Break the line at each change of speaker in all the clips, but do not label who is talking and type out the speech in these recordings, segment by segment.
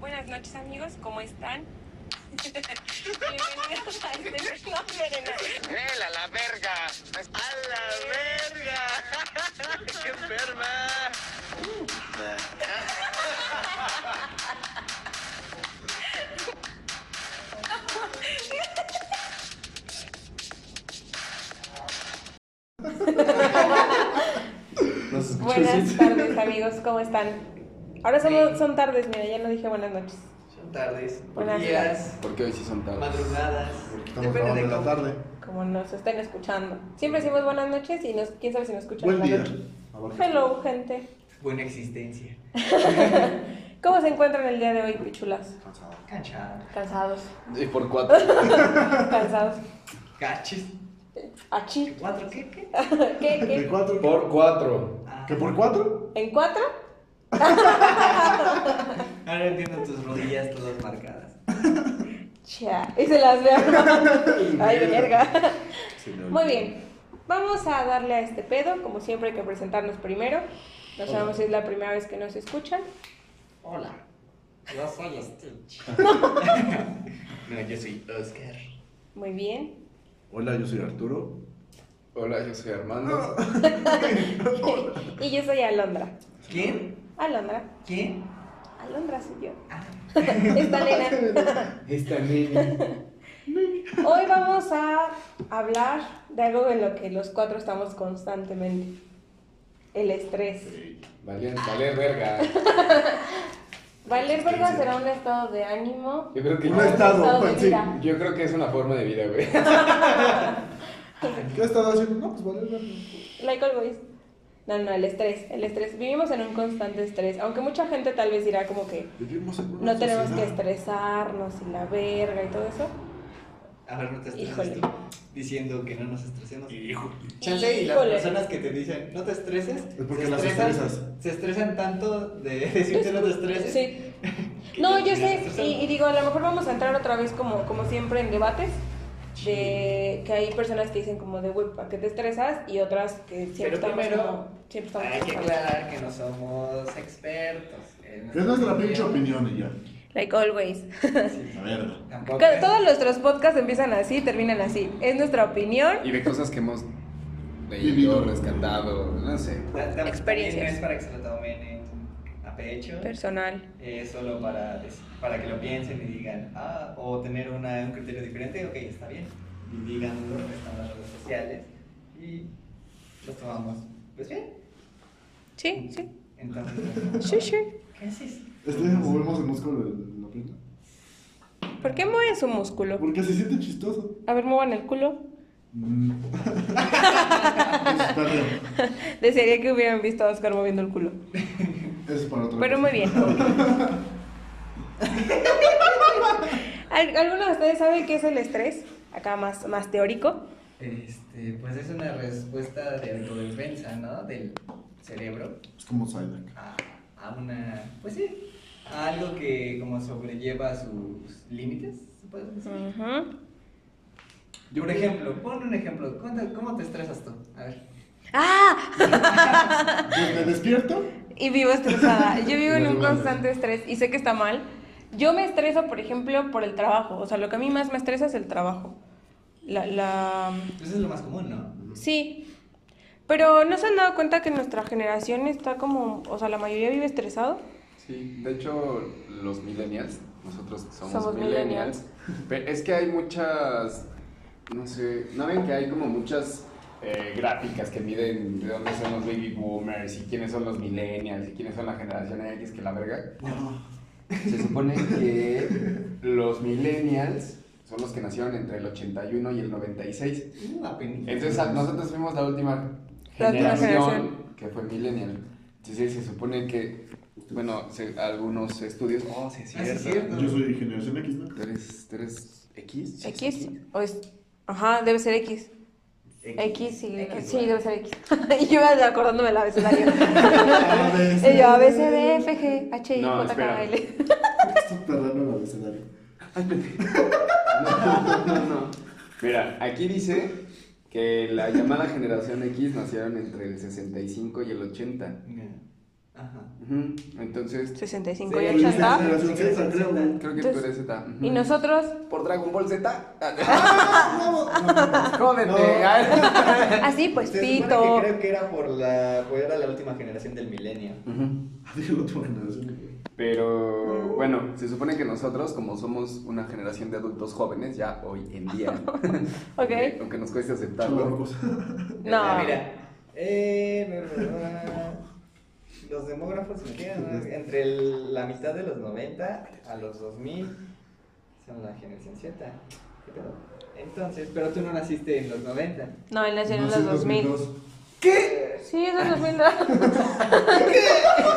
Buenas noches amigos, ¿cómo están? Bienvenidos a este no, Verena.
¡Nel, a la verga! ¡A la verga! ¡Qué enferma!
No se escuchó
Buenas
así.
tardes amigos, ¿cómo están? Ahora solo son tardes, mira, ya no dije buenas noches.
Son tardes,
Buenas
días,
Porque hoy sí son tardes.
madrugadas.
Porque
Depende
estamos grabando
de
en la
cómo-
tarde.
Como nos estén escuchando. Siempre decimos buenas noches y nos, quién sabe si nos escuchan.
Buen
en la
día.
noche.
Abarca.
Hello, gente.
Buena existencia.
¿Cómo se encuentran el día de hoy, pichulas?
Cansado.
Canchada.
Cansados.
Y por cuatro.
Cansados.
Caches.
Achí.
¿Cuatro qué? qué?
¿Qué,
¿De
qué?
cuatro?
Por cuatro.
Ah,
¿Que por cuatro?
¿En cuatro?
Ahora entiendo tus rodillas todas marcadas.
Cha. Y se las veo. Ay, verga.
Sí, no.
Muy bien. Vamos a darle a este pedo. Como siempre, hay que presentarnos primero. No sabemos si es la primera vez que nos escuchan.
Hola. Yo soy Stitch. no, yo soy Oscar.
Muy bien.
Hola, yo soy Arturo.
Hola, yo soy Armando.
Y yo soy Alondra.
¿Quién?
Alondra.
¿Quién?
Alondra soy yo. Está Lena.
Esta niña.
Hoy vamos a hablar de algo en lo que los cuatro estamos constantemente. El estrés.
Valer, valer verga.
Valer verga será un estado de ánimo.
Yo creo que
Un
o un
estado,
de
pues, sí.
vida.
Yo creo que es una forma de vida, güey.
¿Qué has estado haciendo? No, pues vale, vale.
Like always. No, no, el estrés. El estrés. Vivimos en un constante estrés. Aunque mucha gente tal vez dirá como que
Vivimos en una
no tenemos que
sociedad.
estresarnos y la verga y todo eso.
A ver, no te
Híjole.
estreses tú diciendo que no nos estresemos.
Híjole.
Chance y las personas que te dicen no te estreses,
Es porque las estresas.
se estresan tanto de decirte no te estreses.
Sí.
que
No,
ya
yo
te
sé.
estresan.
Y, y digo, a lo mejor vamos a entrar otra vez como, como siempre en debates. De que hay personas que dicen como de güey, ¿para qué te estresas? Y otras que siempre
Pero
estamos
primero,
como- siempre estamos
Hay que
estresados.
aclarar que no somos expertos. en
Es nuestra pinche
nuestra
opinión y ya.
Like always.
Sí,
La verga.
tampoco
Claro,
es-
Todos nuestros podcasts empiezan así y terminan así. Es nuestra opinión.
Y de cosas que hemos
Vivido.
leído, rescatado, no sé.
Ta- ta-
Experiencias.
también No es para que se lo tomen en- a pecho.
Personal.
Es Eh, solo para, des- para que lo piensen y digan, ah, o tener una- un criterio diferente, ok, está bien. Y digan dónde están las redes sociales y los tomamos. Pues bien.
Sí, sí.
Entonces,
Sí, sí.
¿qué haces?
¿Este movemos el músculo de la pierna?
¿Por qué mueven su músculo?
Porque se siente chistoso.
A ver, muevan el culo.
Mm. Eso está bien.
Desearía que hubieran visto a Oscar moviendo el culo.
Eso es para otra
Pero
cosa.
muy bien. ¿Al- ¿Alguno de ustedes sabe qué es el estrés? Acá más, más teórico.
Este, pues es una respuesta de autodefensa, ¿no? Del cerebro
Es como Psyduck.
a, a una, pues sí, a algo que como sobrelleva sus límites, se puede decir.
Ujú.
Por ejemplo, pon un ejemplo, ¿cuánta- ¿cómo te estresas tú? A ver.
¡Ah!
Yo me despierto
Y vivo estresada. Yo vivo en
No
un
duermes.
constante estrés y sé que está mal. Yo me estreso, por ejemplo, por el trabajo. O sea, lo que a mí más me estresa es el trabajo. La, la,
Eso pues es lo más común, ¿no?
Sí, pero ¿no se han dado cuenta que nuestra generación está como, o sea, la mayoría vive estresado?
Sí, de hecho, los millennials, nosotros que somos,
Somos
millennials, pe- es que hay muchas, no sé, ¿no ven que hay como muchas eh, gráficas que miden de dónde son los baby boomers y quiénes son los millennials y quiénes son la generación X que la verga? Se supone que los millennials son los que nacieron entre el 81 y el 96.
Una penita.
Entonces, a- nosotros fuimos la última
La última generación.
generación que fue millennial. Entonces, se supone que, bueno, se- algunos estudios. Oh, sí, es
Ah, sí,
cierto.
es cierto.
Yo soy generación X, ¿no?
¿Tú eres, tú eres X? ¿Sí es
X, o es, ajá, debe ser X. X, sí,
X,
sí,
güey.
debe ser X. y yo iba acordándome del abecedario.
ABC.
y yo, A, B, C, D, F, G, H, I,
No,
J, K,
espera.
L.
Esto está raro el abecedario.
No, no, no. Mira, aquí dice que la llamada generación X nacieron entre el 65 y el 80.
Ajá.
Ujú, Entonces,
65 y
Sí,
80.
sí, sí.
creo que tú
Entonces-
eres Z. ujú.
Y nosotros,
¿Por Dragon Ball Z?
¡Ah, bravo!
Jódete.
No.
ay.
así pues,
Se supone
pito.
que creo que era por la. Pues era la última generación del milenio.
Ujú.
Digo, tu generación.
Pero bueno, se supone que nosotros, como somos una generación de adultos jóvenes, ya hoy en día,
Ok.
eh, aunque nos cueste aceptarlo,
Chamacos.
No.
Eh, Mira. Eh, bla, bla, bla. Los demógrafos me quedan ¿no? entre el- la mitad de los 90 a los 2000. Son la generación Z. ¿Qué pedo? Entonces, pero tú no naciste en los 90.
No, él nació en
Nací
los 2000.
2002.
Sí, es el 2000.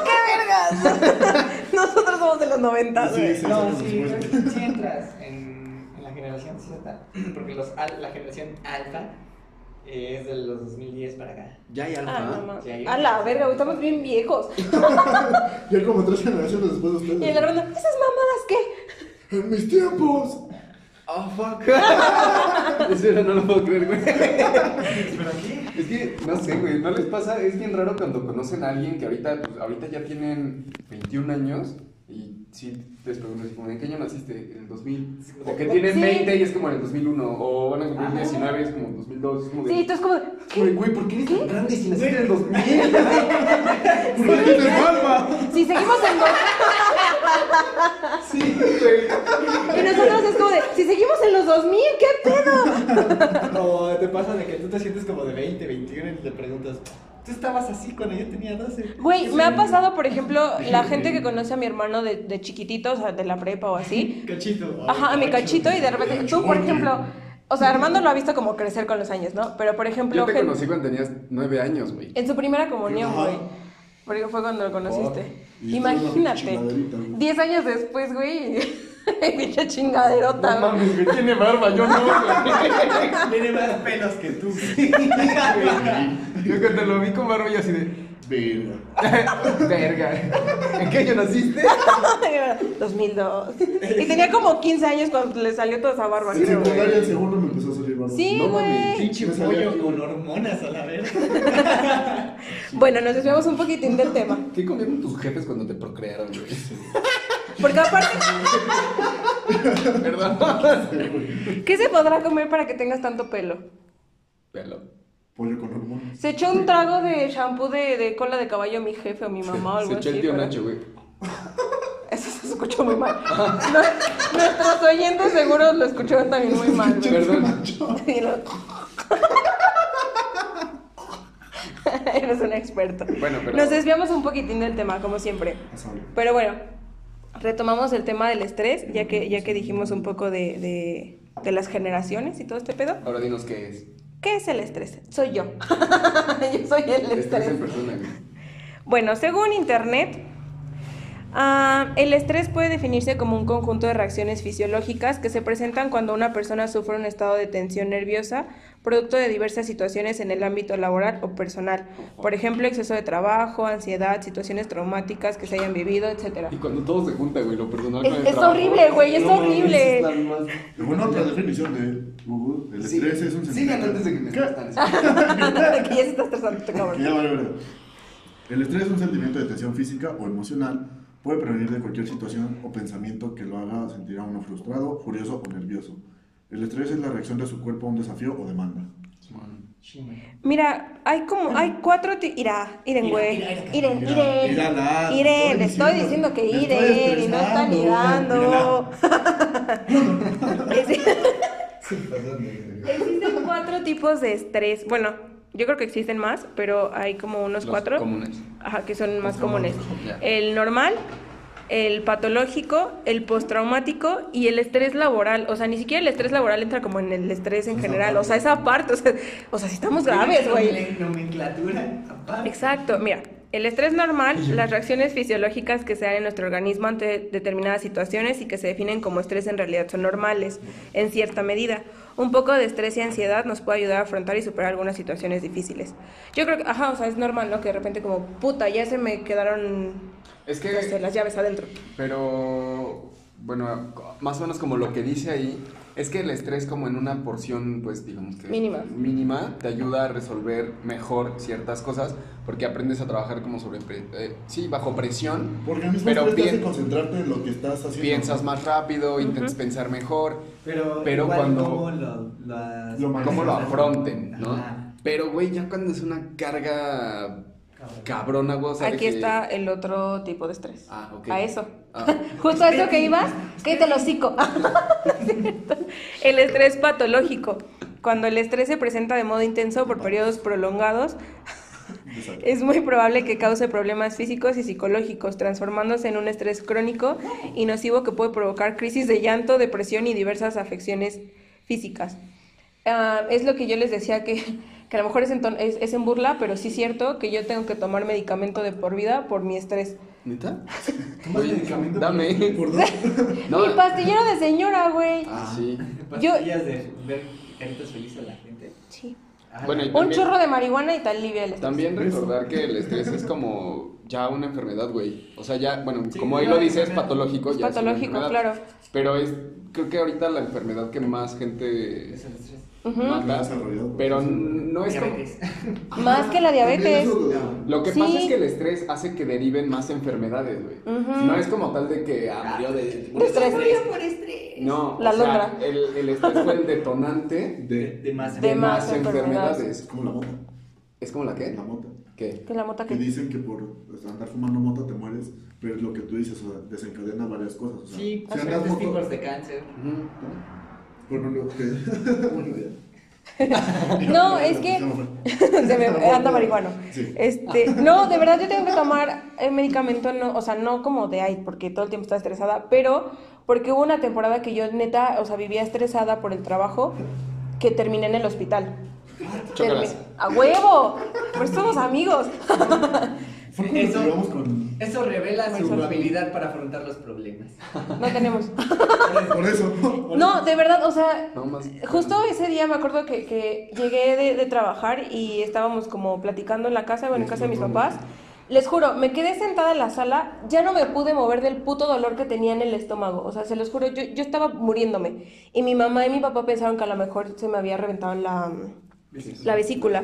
¿Qué? vergas! Nosotros somos de los 90,
Sí,
güey.
sí.
no,
por
sí,
supuesto.
creo que sí entras en, en la generación Z. Porque los, al- la generación alfa eh, es de los 2010 para acá.
ya hay
Ah,
alfa.
no,
Sí,
mames.
hay una.
A la verga, güey, estamos bien viejos.
Ya como tres generaciones después de ustedes.
Y en la ronda, ¿esas mamadas qué?
¡En mis tiempos!
Oh, fuck. Eso no lo puedo creer, güey.
¿Pero qué?
Es que, no sé, güey, ¿no les pasa? Es bien raro cuando conocen a alguien que ahorita, pues, ahorita ya tienen 21 años y sí les preguntan, así como, ¿en qué año naciste? En el 2000. O que tienen
Sí.
20 y es como en el 2001. O van a cumplir
Ajá.
19 y es como 2002. Es como de,
Sí, tú es como,
Güey,
¿qué?
güey, ¿por qué eres
¿Qué?
tan grande si naciste en el 2000?
¡Porque aquí te salva!
Si seguimos en los...
Sí, güey.
Y nosotros es como de, si seguimos en los 2000, ¿qué pedo?
O te pasa de que tú te sientes como de 20, 21 y te preguntas, tú estabas así cuando yo tenía 12.
Güey, me ha pasado, por ejemplo, la gente que conoce a mi hermano de, de chiquitito, o sea, de la prepa o así.
Cachito.
Ajá, a mi cachito y de repente, tú, por ejemplo... O sea, Armando lo ha visto como crecer con los años, ¿no? Pero, por ejemplo...
Yo te
gen-
conocí cuando tenías 9 años, güey.
En su primera comunión,
Ajá.
güey. Porque fue cuando lo conociste.
Y tú
Imagínate.
eras una chingaderita, güey.
Diez años después, güey. Pinche chingaderota, güey.
güey, tiene barba, yo no, güey.
Tiene más pelos que tú.
Yo cuando lo vi con barba y así de...
Verga.
Verga. ¿En qué año naciste?
2002. Y tenía como 15 años cuando le salió toda esa barba,
En
creo, güey.
secundaria el segundo me empezó a salir barba.
Sí,
No mames,
güey.
Pinche
Me salía
pollo
aquí.
con hormonas a la vez.
Bueno, nos desviamos un poquitín del tema.
¿Qué comieron tus jefes cuando te procrearon, güey?
Porque aparte,
¿Verdad?
¿qué se podrá comer para que tengas tanto pelo?
Velo.
Pollo con hormonas.
Se echó un trago de shampoo de, de cola de caballo mi jefe o mi mamá o algo
Se echó
así,
el tío
pero-
Nacho, güey.
Eso se escuchó muy mal. No- Nuestros oyentes seguro lo escucharon también muy mal. güey.
Perdón.
Y lo- Eres un experto.
Bueno, pero-
Nos desviamos un poquitín del tema, como siempre.
A saber.
Pero bueno, retomamos el tema del estrés, ya que, ya que dijimos un poco de, de- de las generaciones y todo este pedo.
Ahora dinos qué es.
¿Qué es el estrés? Soy yo. yo soy el
Estás en
estrés.
persona, güey.
Bueno, según Internet, ah, el estrés puede definirse como un conjunto de reacciones fisiológicas que se presentan cuando una persona sufre un estado de tensión nerviosa, producto de diversas situaciones en el ámbito laboral o personal. Por ejemplo, exceso de trabajo, ansiedad, situaciones traumáticas que se hayan vivido, etc.
Y cuando todo se junta, güey, lo personal
Es-
con el
es
trabajo.
horrible, güey, es
No mames,
horrible.
es la más-
Bueno, otra definición de Google, el
Sí.
estrés es un
Sigan
sentimiento.
antes de que me
¿Qué?
estén
que ya se está estresando este
Que
cabrón.
ya vale, vale. El estrés es un sentimiento de tensión física o emocional. Puede provenir de cualquier situación o pensamiento que lo haga sentir a uno frustrado, furioso o nervioso. El estrés es la reacción de su cuerpo a un desafío o demanda.
Mira, hay como, hay cuatro... ti- Irá, Iren, güey. Iren,
Mira,
Iren.
mírala, te
Iren, le estoy diciendo que
le estoy
Iren y no está
estresando.
ni dando. Existen cuatro tipos de estrés. Bueno, yo creo que existen más, pero hay como unos
Los
cuatro. Eh,
comunes.
Ajá, que son más comunes.
Ya.
El normal, el patológico, el postraumático y el estrés laboral. O sea, ni siquiera el estrés laboral entra como en el estrés en general. O sea, esa parte, o sea, o sea, si estamos graves, güey.
Nomenclatura aparte.
Exacto, mira. El estrés normal, las reacciones fisiológicas que se dan en nuestro organismo ante determinadas situaciones y que se definen como estrés en realidad son normales, en cierta medida. Un poco de estrés y ansiedad nos puede ayudar a afrontar y superar algunas situaciones difíciles. Yo creo que, ajá, o sea, es normal, ¿no? Que de repente como, puta, ya se me quedaron
Es
no sé,
que,
las llaves adentro.
pero bueno, co- más o menos como lo que dice ahí, es que el estrés como en una porción, pues digamos que...
Mínima.
Mínima, te ayuda a resolver mejor ciertas cosas porque aprendes a trabajar como sobre... pre- eh, sí, bajo presión,
Porque al mismo
Pero
tiempo te hace
bien-
concentrarte en lo que estás haciendo.
piensas más rápido, intentas
Ujú.
pensar mejor,
Pero,
Pero
igual
cuando-
¿cómo lo, las-
Lo manejas.
cómo lo afronten, ¿no?
Ajá.
Pero, güey, ya cuando es una carga
Cabrón.
cabrona, güey, o sea, de
Aquí
que-
está el otro tipo de estrés.
Ah, ok.
A eso.
Ah.
Justo a eso que ibas, que te lo hocico. ¿Cierto? el estrés patológico. Cuando el estrés se presenta de modo intenso por periodos prolongados,
Exacto.
es muy probable que cause problemas físicos y psicológicos, transformándose en un estrés crónico y nocivo que puede provocar crisis de llanto, depresión y diversas afecciones físicas. Ah, es lo que yo les decía que, que a lo mejor es en, ton- es- es en burla, pero sí es cierto que yo tengo que tomar medicamento de por vida por mi estrés.
¿Neta?
Toma
Oye,
medicamento
dame.
por- por dos.
Mi pastillero de señora, güey.
Ah, sí.
Pastillas de ver caritas felices a la gente.
Sí.
Ah,
Bueno, y-
Un
También-
chorro de marihuana y tal alivia el estrés.
También recordar que el estrés es como ya una enfermedad, güey. O sea, ya, bueno,
Sí,
como ahí
ya
lo
es
dice, es
enfermedad.
patológico.
Es
ya es una
patológico,
enfermedad.
claro.
Pero es, creo que ahorita la enfermedad que más gente
pues, es el estrés.
Ujú.
mata,
Desarrollado.
pero no es como...
Diabetes.
Más que la diabetes.
Eso, güey.
Lo que
Sí.
pasa es que el estrés hace que deriven más enfermedades, güey.
Ujú.
No es como tal de que ah, murió de...
De estrés.
No,
La
o sea,
alondra.
el, el estrés fue el detonante
De,
De-
de más.
de,
De más
más
enfermedades.
Es
enfermedades.
como la mota.
¿Es como la qué?
La mota.
¿Qué?
Que la mota
Que
que...
dicen que por o sea, andar fumando mota te mueres, pero es lo que tú dices, o sea, desencadena varias cosas. O sea,
Sí,
si andas
diferentes
moto-
tipos de cáncer.
Ujú.
Bueno, no, que- bueno, ya.
No, es que-
Se me fue.
Se me anda marihuano.
Sí.
Este, no, de verdad yo tengo que tomar el medicamento, no, o sea, no como de ahí, porque todo el tiempo estaba estresada, pero porque hubo una temporada que yo neta, o sea, vivía estresada por el trabajo, que terminé en el hospital.
Chócalas.
Termi- ¡A huevo! Pues somos amigos.
Fue como
Eso-
que íbamos con.
Eso revela
Por
su
eso.
habilidad para afrontar los problemas.
No tenemos.
Por eso.
No, de verdad, o sea,
No, más-
justo ese día me acuerdo que, que llegué de, de trabajar y estábamos como platicando en la casa, bueno, en casa de mis papás. Les juro, me quedé sentada en la sala, ya no me pude mover del puto dolor que tenía en el estómago. O sea, se los juro, yo, yo estaba muriéndome. Y mi mamá y mi papá pensaron que a lo mejor se me había reventado la, la vesícula.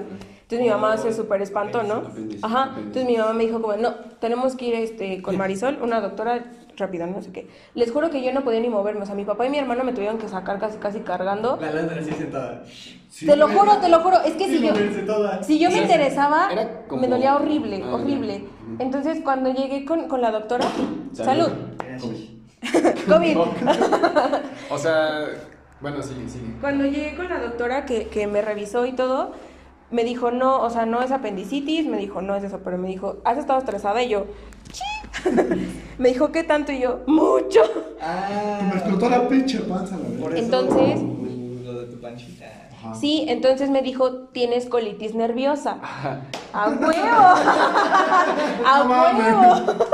Entonces mi mamá se súper espantó, ¿no?
Apéndice,
Ajá.
apéndice.
Entonces mi mamá me dijo como, no, tenemos que ir este, con Marisol, una doctora rápida, no sé qué. Les juro que yo no podía ni moverme. O sea, mi papá y mi hermano me tuvieron que sacar casi, casi cargando.
La Landra así sentada.
Sí,
te lo
güey.
juro, te lo juro. Es que
Sí,
si yo,
no, sentada.
si yo me
Era-
interesaba,
era como-
me dolía horrible,
Ah, ya.
horrible.
Ujú.
Entonces cuando llegué con, con la doctora,
Salud.
salud,
Era así.
COVID.
O sea, bueno, sí, sí.
Cuando llegué con la doctora que, que me revisó y todo, me dijo, no, o sea, no es apendicitis, me dijo, no es eso, pero me dijo, ¿has estado estresada? Y yo, sí. me dijo, ¿qué tanto? Y yo, mucho.
Que Me
Ah.
explotó la pinche panza, la
Por
verdad.
eso,
Entonces-
tu- Lo de tu panchita.
Ajá.
Sí, entonces me dijo, tienes colitis nerviosa. ¡A huevo! ¡A
mames.
huevo!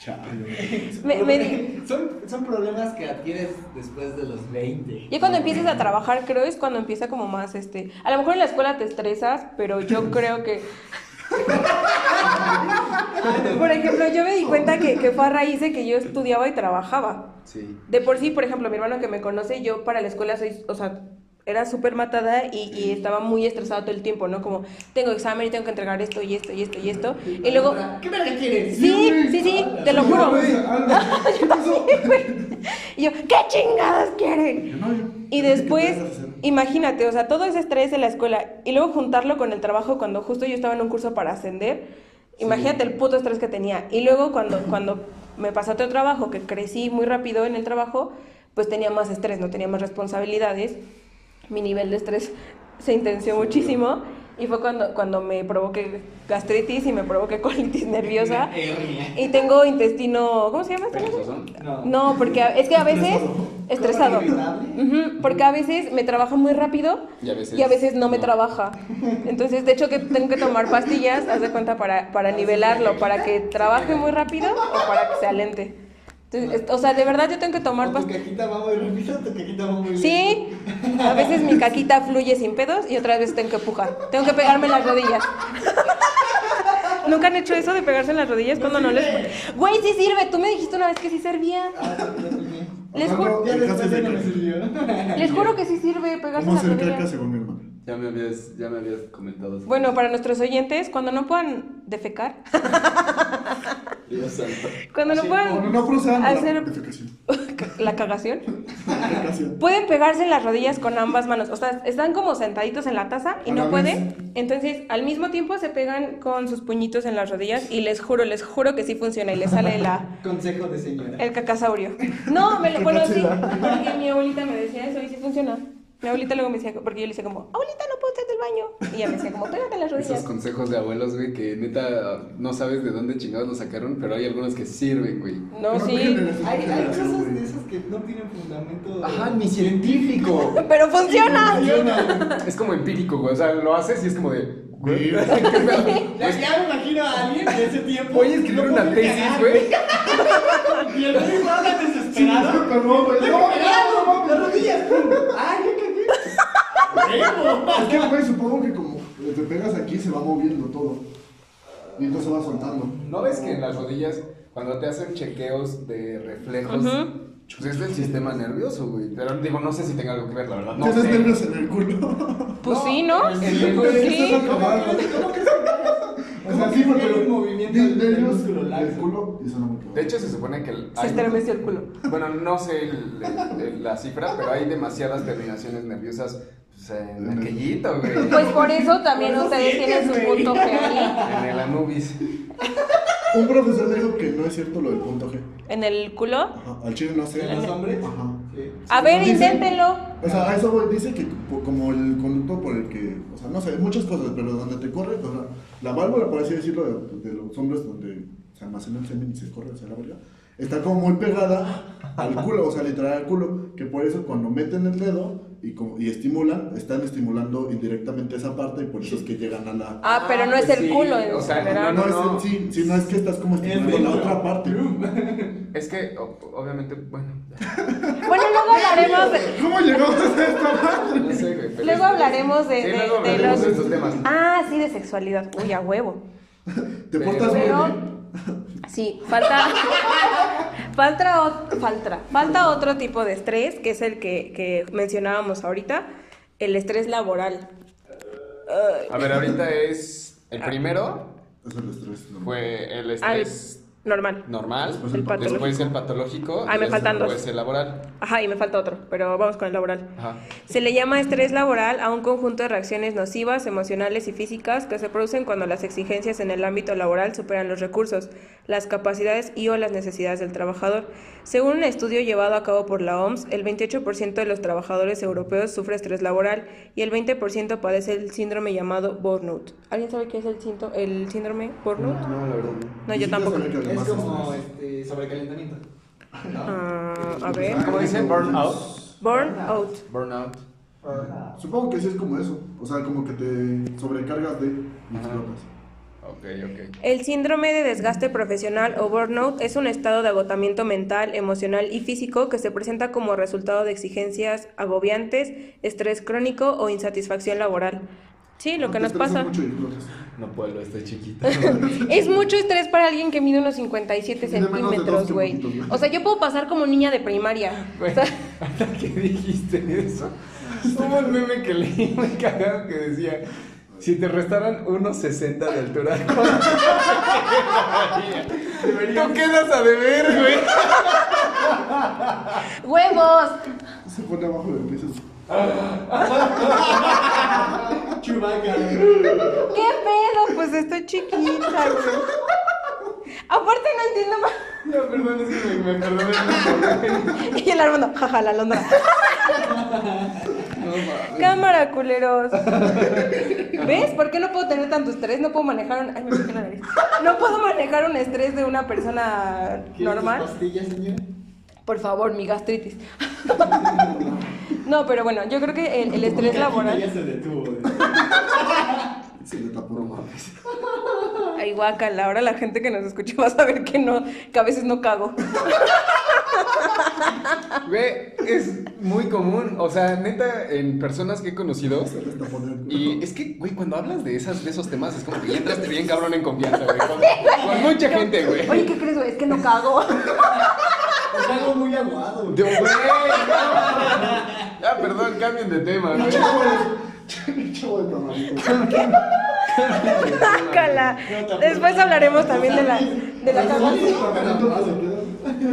Chale.
Me- me di-
son, son problemas que adquieres después de los 20.
Yo cuando empiezas a trabajar, creo es cuando empieza como más este. A lo mejor en la escuela te estresas, pero yo creo que. por ejemplo, yo me di cuenta que, que fue a raíz de que yo estudiaba y trabajaba.
Sí.
De por sí, por ejemplo, mi hermano que me conoce, yo para la escuela soy, o sea, era súper matada y, y estaba muy estresada todo el tiempo, ¿no? Como, tengo examen y tengo que entregar esto y esto y esto y esto. Y luego,
¿Qué me requieres?
sí, sí, sí, te lo juro.
Güey, Alba, ¿qué pasó?
Y yo, ¿qué chingadas quieren?
No, yo-
Y
¿qué
después,
te vas a hacer?
imagínate, o sea, todo ese estrés de la escuela y luego juntarlo con el trabajo cuando justo yo estaba en un curso para ascender, imagínate el puto estrés que tenía. Y luego cuando, cuando me pasó otro trabajo, que crecí muy rápido en el trabajo, pues tenía más estrés, no tenía más responsabilidades, mi nivel de estrés se intensió muchísimo y fue cuando, cuando me provoqué gastritis y me provoqué colitis nerviosa. Y tengo intestino, ¿cómo se llama? esta cosa?
¿Perezoso?
No, porque a- es que a veces
Estresado.
estresado. Ujú, porque a veces me trabaja muy rápido
Y a veces
no me
no.
trabaja. Entonces, de hecho que tengo que tomar pastillas, haz de cuenta para, para nivelarlo, para que trabaje muy rápido o para que se alente. Entonces, es- o sea, de verdad yo tengo que tomar
Tu
pastillas.
cajita va muy rápido, tu cajita va muy
pues- Sí, a veces mi caquita fluye sin pedos y otras veces tengo que pujar. Tengo que pegarme las rodillas. ¿Nunca han hecho
Pues
eso de pegarse en las rodillas cuando no les... Güey, sí sirve. Tú me dijiste una vez que sí servía.
Ah, no, no, no, no.
Les
Hablando
juro-
de casas de caca.
Les juro que sí sirve pegarse
¿Cómo
la
hacer
rodilla.
caca según mi hermano?
Ya me habías, ya me habías comentado. eso.
Bueno, para nuestros oyentes, cuando no puedan defecar,
Dios santo.
cuando no
Así,
No, no,
puedan
no procedan a la
Hacer-
defecación.
la cagación,
Defecación.
pueden pegarse en las rodillas con ambas manos. O sea, están como sentaditos en la taza y
A la
no
vez.
pueden. Entonces, al mismo tiempo se pegan con sus puñitos en las rodillas y les juro, les juro que sí funciona y les sale la,
Consejo de señora.
el cacasaurio. No, me lo, bueno, sí,
Cacachila.
porque mi abuelita me decía eso y sí funciona. Mi abuelita luego me decía, porque yo le decía como, abuelita, no puedo estar del baño. Y ella me decía como, pégate en las
Esos
rodillas.
consejos de abuelos, güey, que neta no sabes de dónde chingados los sacaron, pero hay algunos que sirven, güey.
No, sí.
dejen de hacer
Hay, hay
caca,
cosas
güey.
de esas que no tienen fundamento.
Ajá, ni científico.
Pero funciona.
Es como empírico, güey. O sea, lo haces y es como de. Güey,
Sí.
¿qué pedo?
Ya, ya me imagino a alguien de ese tiempo.
Voy a escribir
No
una
puede
tesis,
cagar,
güey.
Y el mismo anda desesperado.
Sí, pero no, güey,
Tengo
no,
que pegar, no, las rodillas. pum. Ay, ya cagué.
Es que, güey, supongo que como te pegas aquí se va moviendo todo. Y entonces se va soltando.
¿No ves que en las rodillas, cuando te hacen chequeos de reflejos,
Ujú.
pues es del sistema nervioso, güey? Pero digo, no sé si tenga algo que ver, la verdad. No
Tienes
sé.
nervios en el culo.
Pues sí, ¿no?
pero
Sí,
Pues
güey,
sí.
eso es lo que va, güey.
¿Cómo crees que cagas?
O sea, sí, porque
Hay un
los
movimiento
nervios
del
del
músculo laxo.
culo y eso no me quedó.
De hecho, se supone que. el-
Se
hay-
estremeció el culo.
Bueno, no sé el- el- el- la cifra, pero hay demasiadas terminaciones nerviosas pues, en aquellito, güey.
Pues por eso también
Por eso
ustedes
sientes,
tienen su
güey.
punto G ahí.
En el Anubis.
un profesor dijo que no es cierto lo del punto G.
¿En el culo?
Ajá, al chile no sé.
¿En los hombres?
Ajá.
Sí.
A ver,
Dice-
inténtenlo.
O sea, a eso voy, dice que po- como el conducto por el que, o sea, no sé, muchas cosas, pero donde te corre, o sea, la válvula, por así decirlo, de, de los hombres donde se almacena el semen y se corre hacia la válvula, está como muy pegada al culo, o sea, literal al culo, que por eso cuando meten el dedo y, como- y estimulan, están estimulando indirectamente esa parte y por eso es que llegan a la...
Ah, pero no es
pues
el
sí,
culo en
o sea,
general.
no,
no,
Ah, no.
Es, sí, sí, no es que estás como
El
estimulando
de
la otra parte.
Es que, o- obviamente, bueno,
Bueno, luego hablaremos de,
¿Cómo llegamos a esta parte?
no sé, güey. pero-
luego hablaremos de,
Sí,
de-
luego
de
hablaremos de
los...
estos temas.
Ah, sí, de sexualidad. Uy, a huevo.
Te portas muy
Pero-
bien.
Sí, falta... falta, o- falta, falta otro tipo de estrés, que es el que, que mencionábamos ahorita, el estrés laboral. Ay,
A ver, ahorita es. El primero
Es el estrés. normal.
fue el
al-
estrés
normal.
normal.
Después
el patológico.
Después el patológico.
Ay,
y
me faltan dos.
Después el laboral.
Ajá, y me falta otro, pero vamos con el laboral.
Ajá.
Se le llama estrés laboral a un conjunto de reacciones nocivas, emocionales y físicas que se producen cuando las exigencias en el ámbito laboral superan los recursos, las capacidades y o las necesidades del trabajador. Según un estudio llevado a cabo por la OMS, el 28% de los trabajadores europeos sufre estrés laboral y el 20% padece el síndrome llamado burnout. ¿Alguien sabe qué es el, cinto- el síndrome burnout?
No, la verdad.
No,
no.
Ni
yo
siquiera
tampoco.
sabía que había
Es
más
como
estrés.
este, sobrecalentamiento. No.
Ah, a ver.
¿Cómo dice? Burnout.
Burnout.
Burnout.
Ah.
Por-
Supongo que sí es como eso. O sea, como que te sobrecargas de y
Ajá.
explotas.
Ok, ok.
El síndrome de desgaste profesional o burnout es un estado de agotamiento mental, emocional y físico que se presenta como resultado de exigencias agobiantes, estrés crónico o insatisfacción laboral. Sí, lo que
Te
nos
estresas
pasa.
mucho y explotas.
No puedo, estoy chiquita.
Es mucho estrés para alguien que mide unos 57
Mide menos de dos
centímetros, güey.
kilómetros, güey.
O sea, yo puedo pasar como niña de primaria. O sea,
¿Hasta que dijiste eso? Hubo un meme que leí muy cagado que decía: Si te restaran 1.60 de altura, ¿cuánto te quedaría? Tú quedas a deber, güey.
¡Huevos!
Se pone abajo del piso.
Ah, Chewbacca.
¿Qué pedo? Pues estoy chiquita, güey. Aparte no entiendo más.
No, perdón, es que me, me acordé de eso.
Y el Armando, jaja, la alondra. Cámara, culeros. ¿Ves? ¿Por qué no puedo tener tanto estrés? No puedo manejar un... Ay, me piqué la nariz. No puedo manejar un estrés de una persona
¿Quieres tus
normal.
pastillas, señora?
Por favor, mi gastritis. No, pero bueno, yo creo que el, el estrés
Porque aquí
laboral...
Ya se detuvo. güey.
Se le tapó.
Ay, guacala, ahora la gente que nos escucha va a saber que no, que a veces no cago.
Güey, es muy común. O sea, neta, en personas que he conocido.
Se le tapó del culo.
Y es que, güey, cuando hablas de, esas, de esos temas es como que ya entraste bien cabrón en confianza, güey. Con, con mucha gente, güey.
Oye, ¿qué crees, güey? Es que no cago.
Es algo muy aguado, güey.
Yo, güey, no. Ya, perdón, cambien de tema, güey.
Chavo de tamarindo.
Guácala. Después hablaremos también de la, de la capacidad.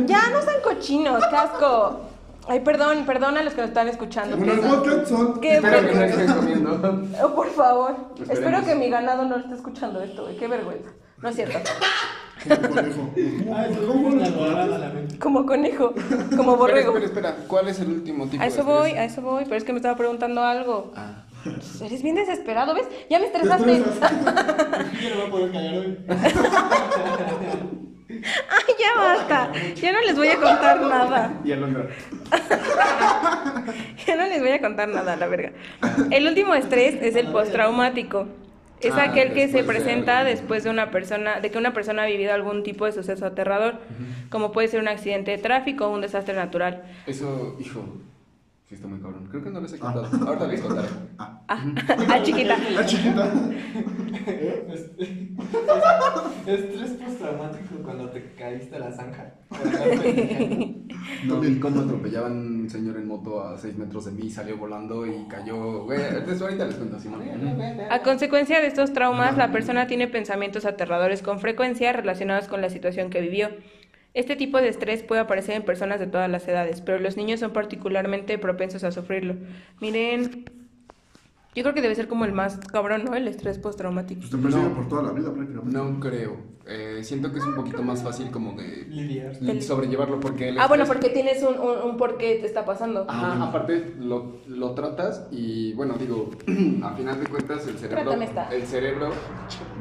Ya, no sean cochinos, casco. Ay, perdón, perdón a los que lo están escuchando.
Bueno, el
please.
podcast son.
Qué
Espero que no
vergüenza.
estés comiendo.
Oh, por favor.
Esperemos.
Espero que mi ganado no esté escuchando esto, güey. Qué vergüenza. No es cierto.
Conejo.
Ah,
¿Cómo la dorada la mente?
Como conejo, como borrego.
Espera, espera, espera. ¿Cuál es el último tipo
A
de
eso
estrés?
voy, a eso voy, pero es que me estaba preguntando algo.
Ah.
Eres bien desesperado, ¿ves? Ya me
Te
estresaste.
Yo no voy a poder callar hoy.
Ay, ya basta. Ya no les voy a contar nada.
Y Alondra.
Ya no les voy a contar nada, la verga. El último estrés es el postraumático. Es
Ah,
aquel que se
después de-
presenta después de una persona, de que una persona ha vivido algún tipo de suceso aterrador, como puede ser un accidente de tráfico o un desastre natural.
Eso, hijo. Sí, está muy cabrón. Creo que no les he contado. Ahorita les contaré.
ah, chiquita.
La chiquita.
Este- Estrés postraumático cuando te caíste a la zanja.
No vi cómo atropellaban a un señor en moto a 6 metros de mí, salió volando y cayó. Güey, entonces ahorita les cuento, Simón.
A consecuencia de estos traumas, la persona tiene pensamientos aterradores con frecuencia relacionados con la situación que vivió. Este tipo de estrés puede aparecer en personas de todas las edades, pero los niños son particularmente propensos a sufrirlo. Miren, yo creo que debe ser como el más cabrón, ¿no? El estrés postraumático.
Pues te persigue
No.
por toda la vida prácticamente.
No creo. Eh, siento que es un poquito más fácil como que
Lidiar.
sobrellevarlo porque... el
Ah, bueno,
estrés-
porque tienes un, un, un por qué te está pasando.
ah, Ajá, aparte lo, lo tratas y bueno, digo, a final de cuentas el cerebro,
Trátame esta.
el cerebro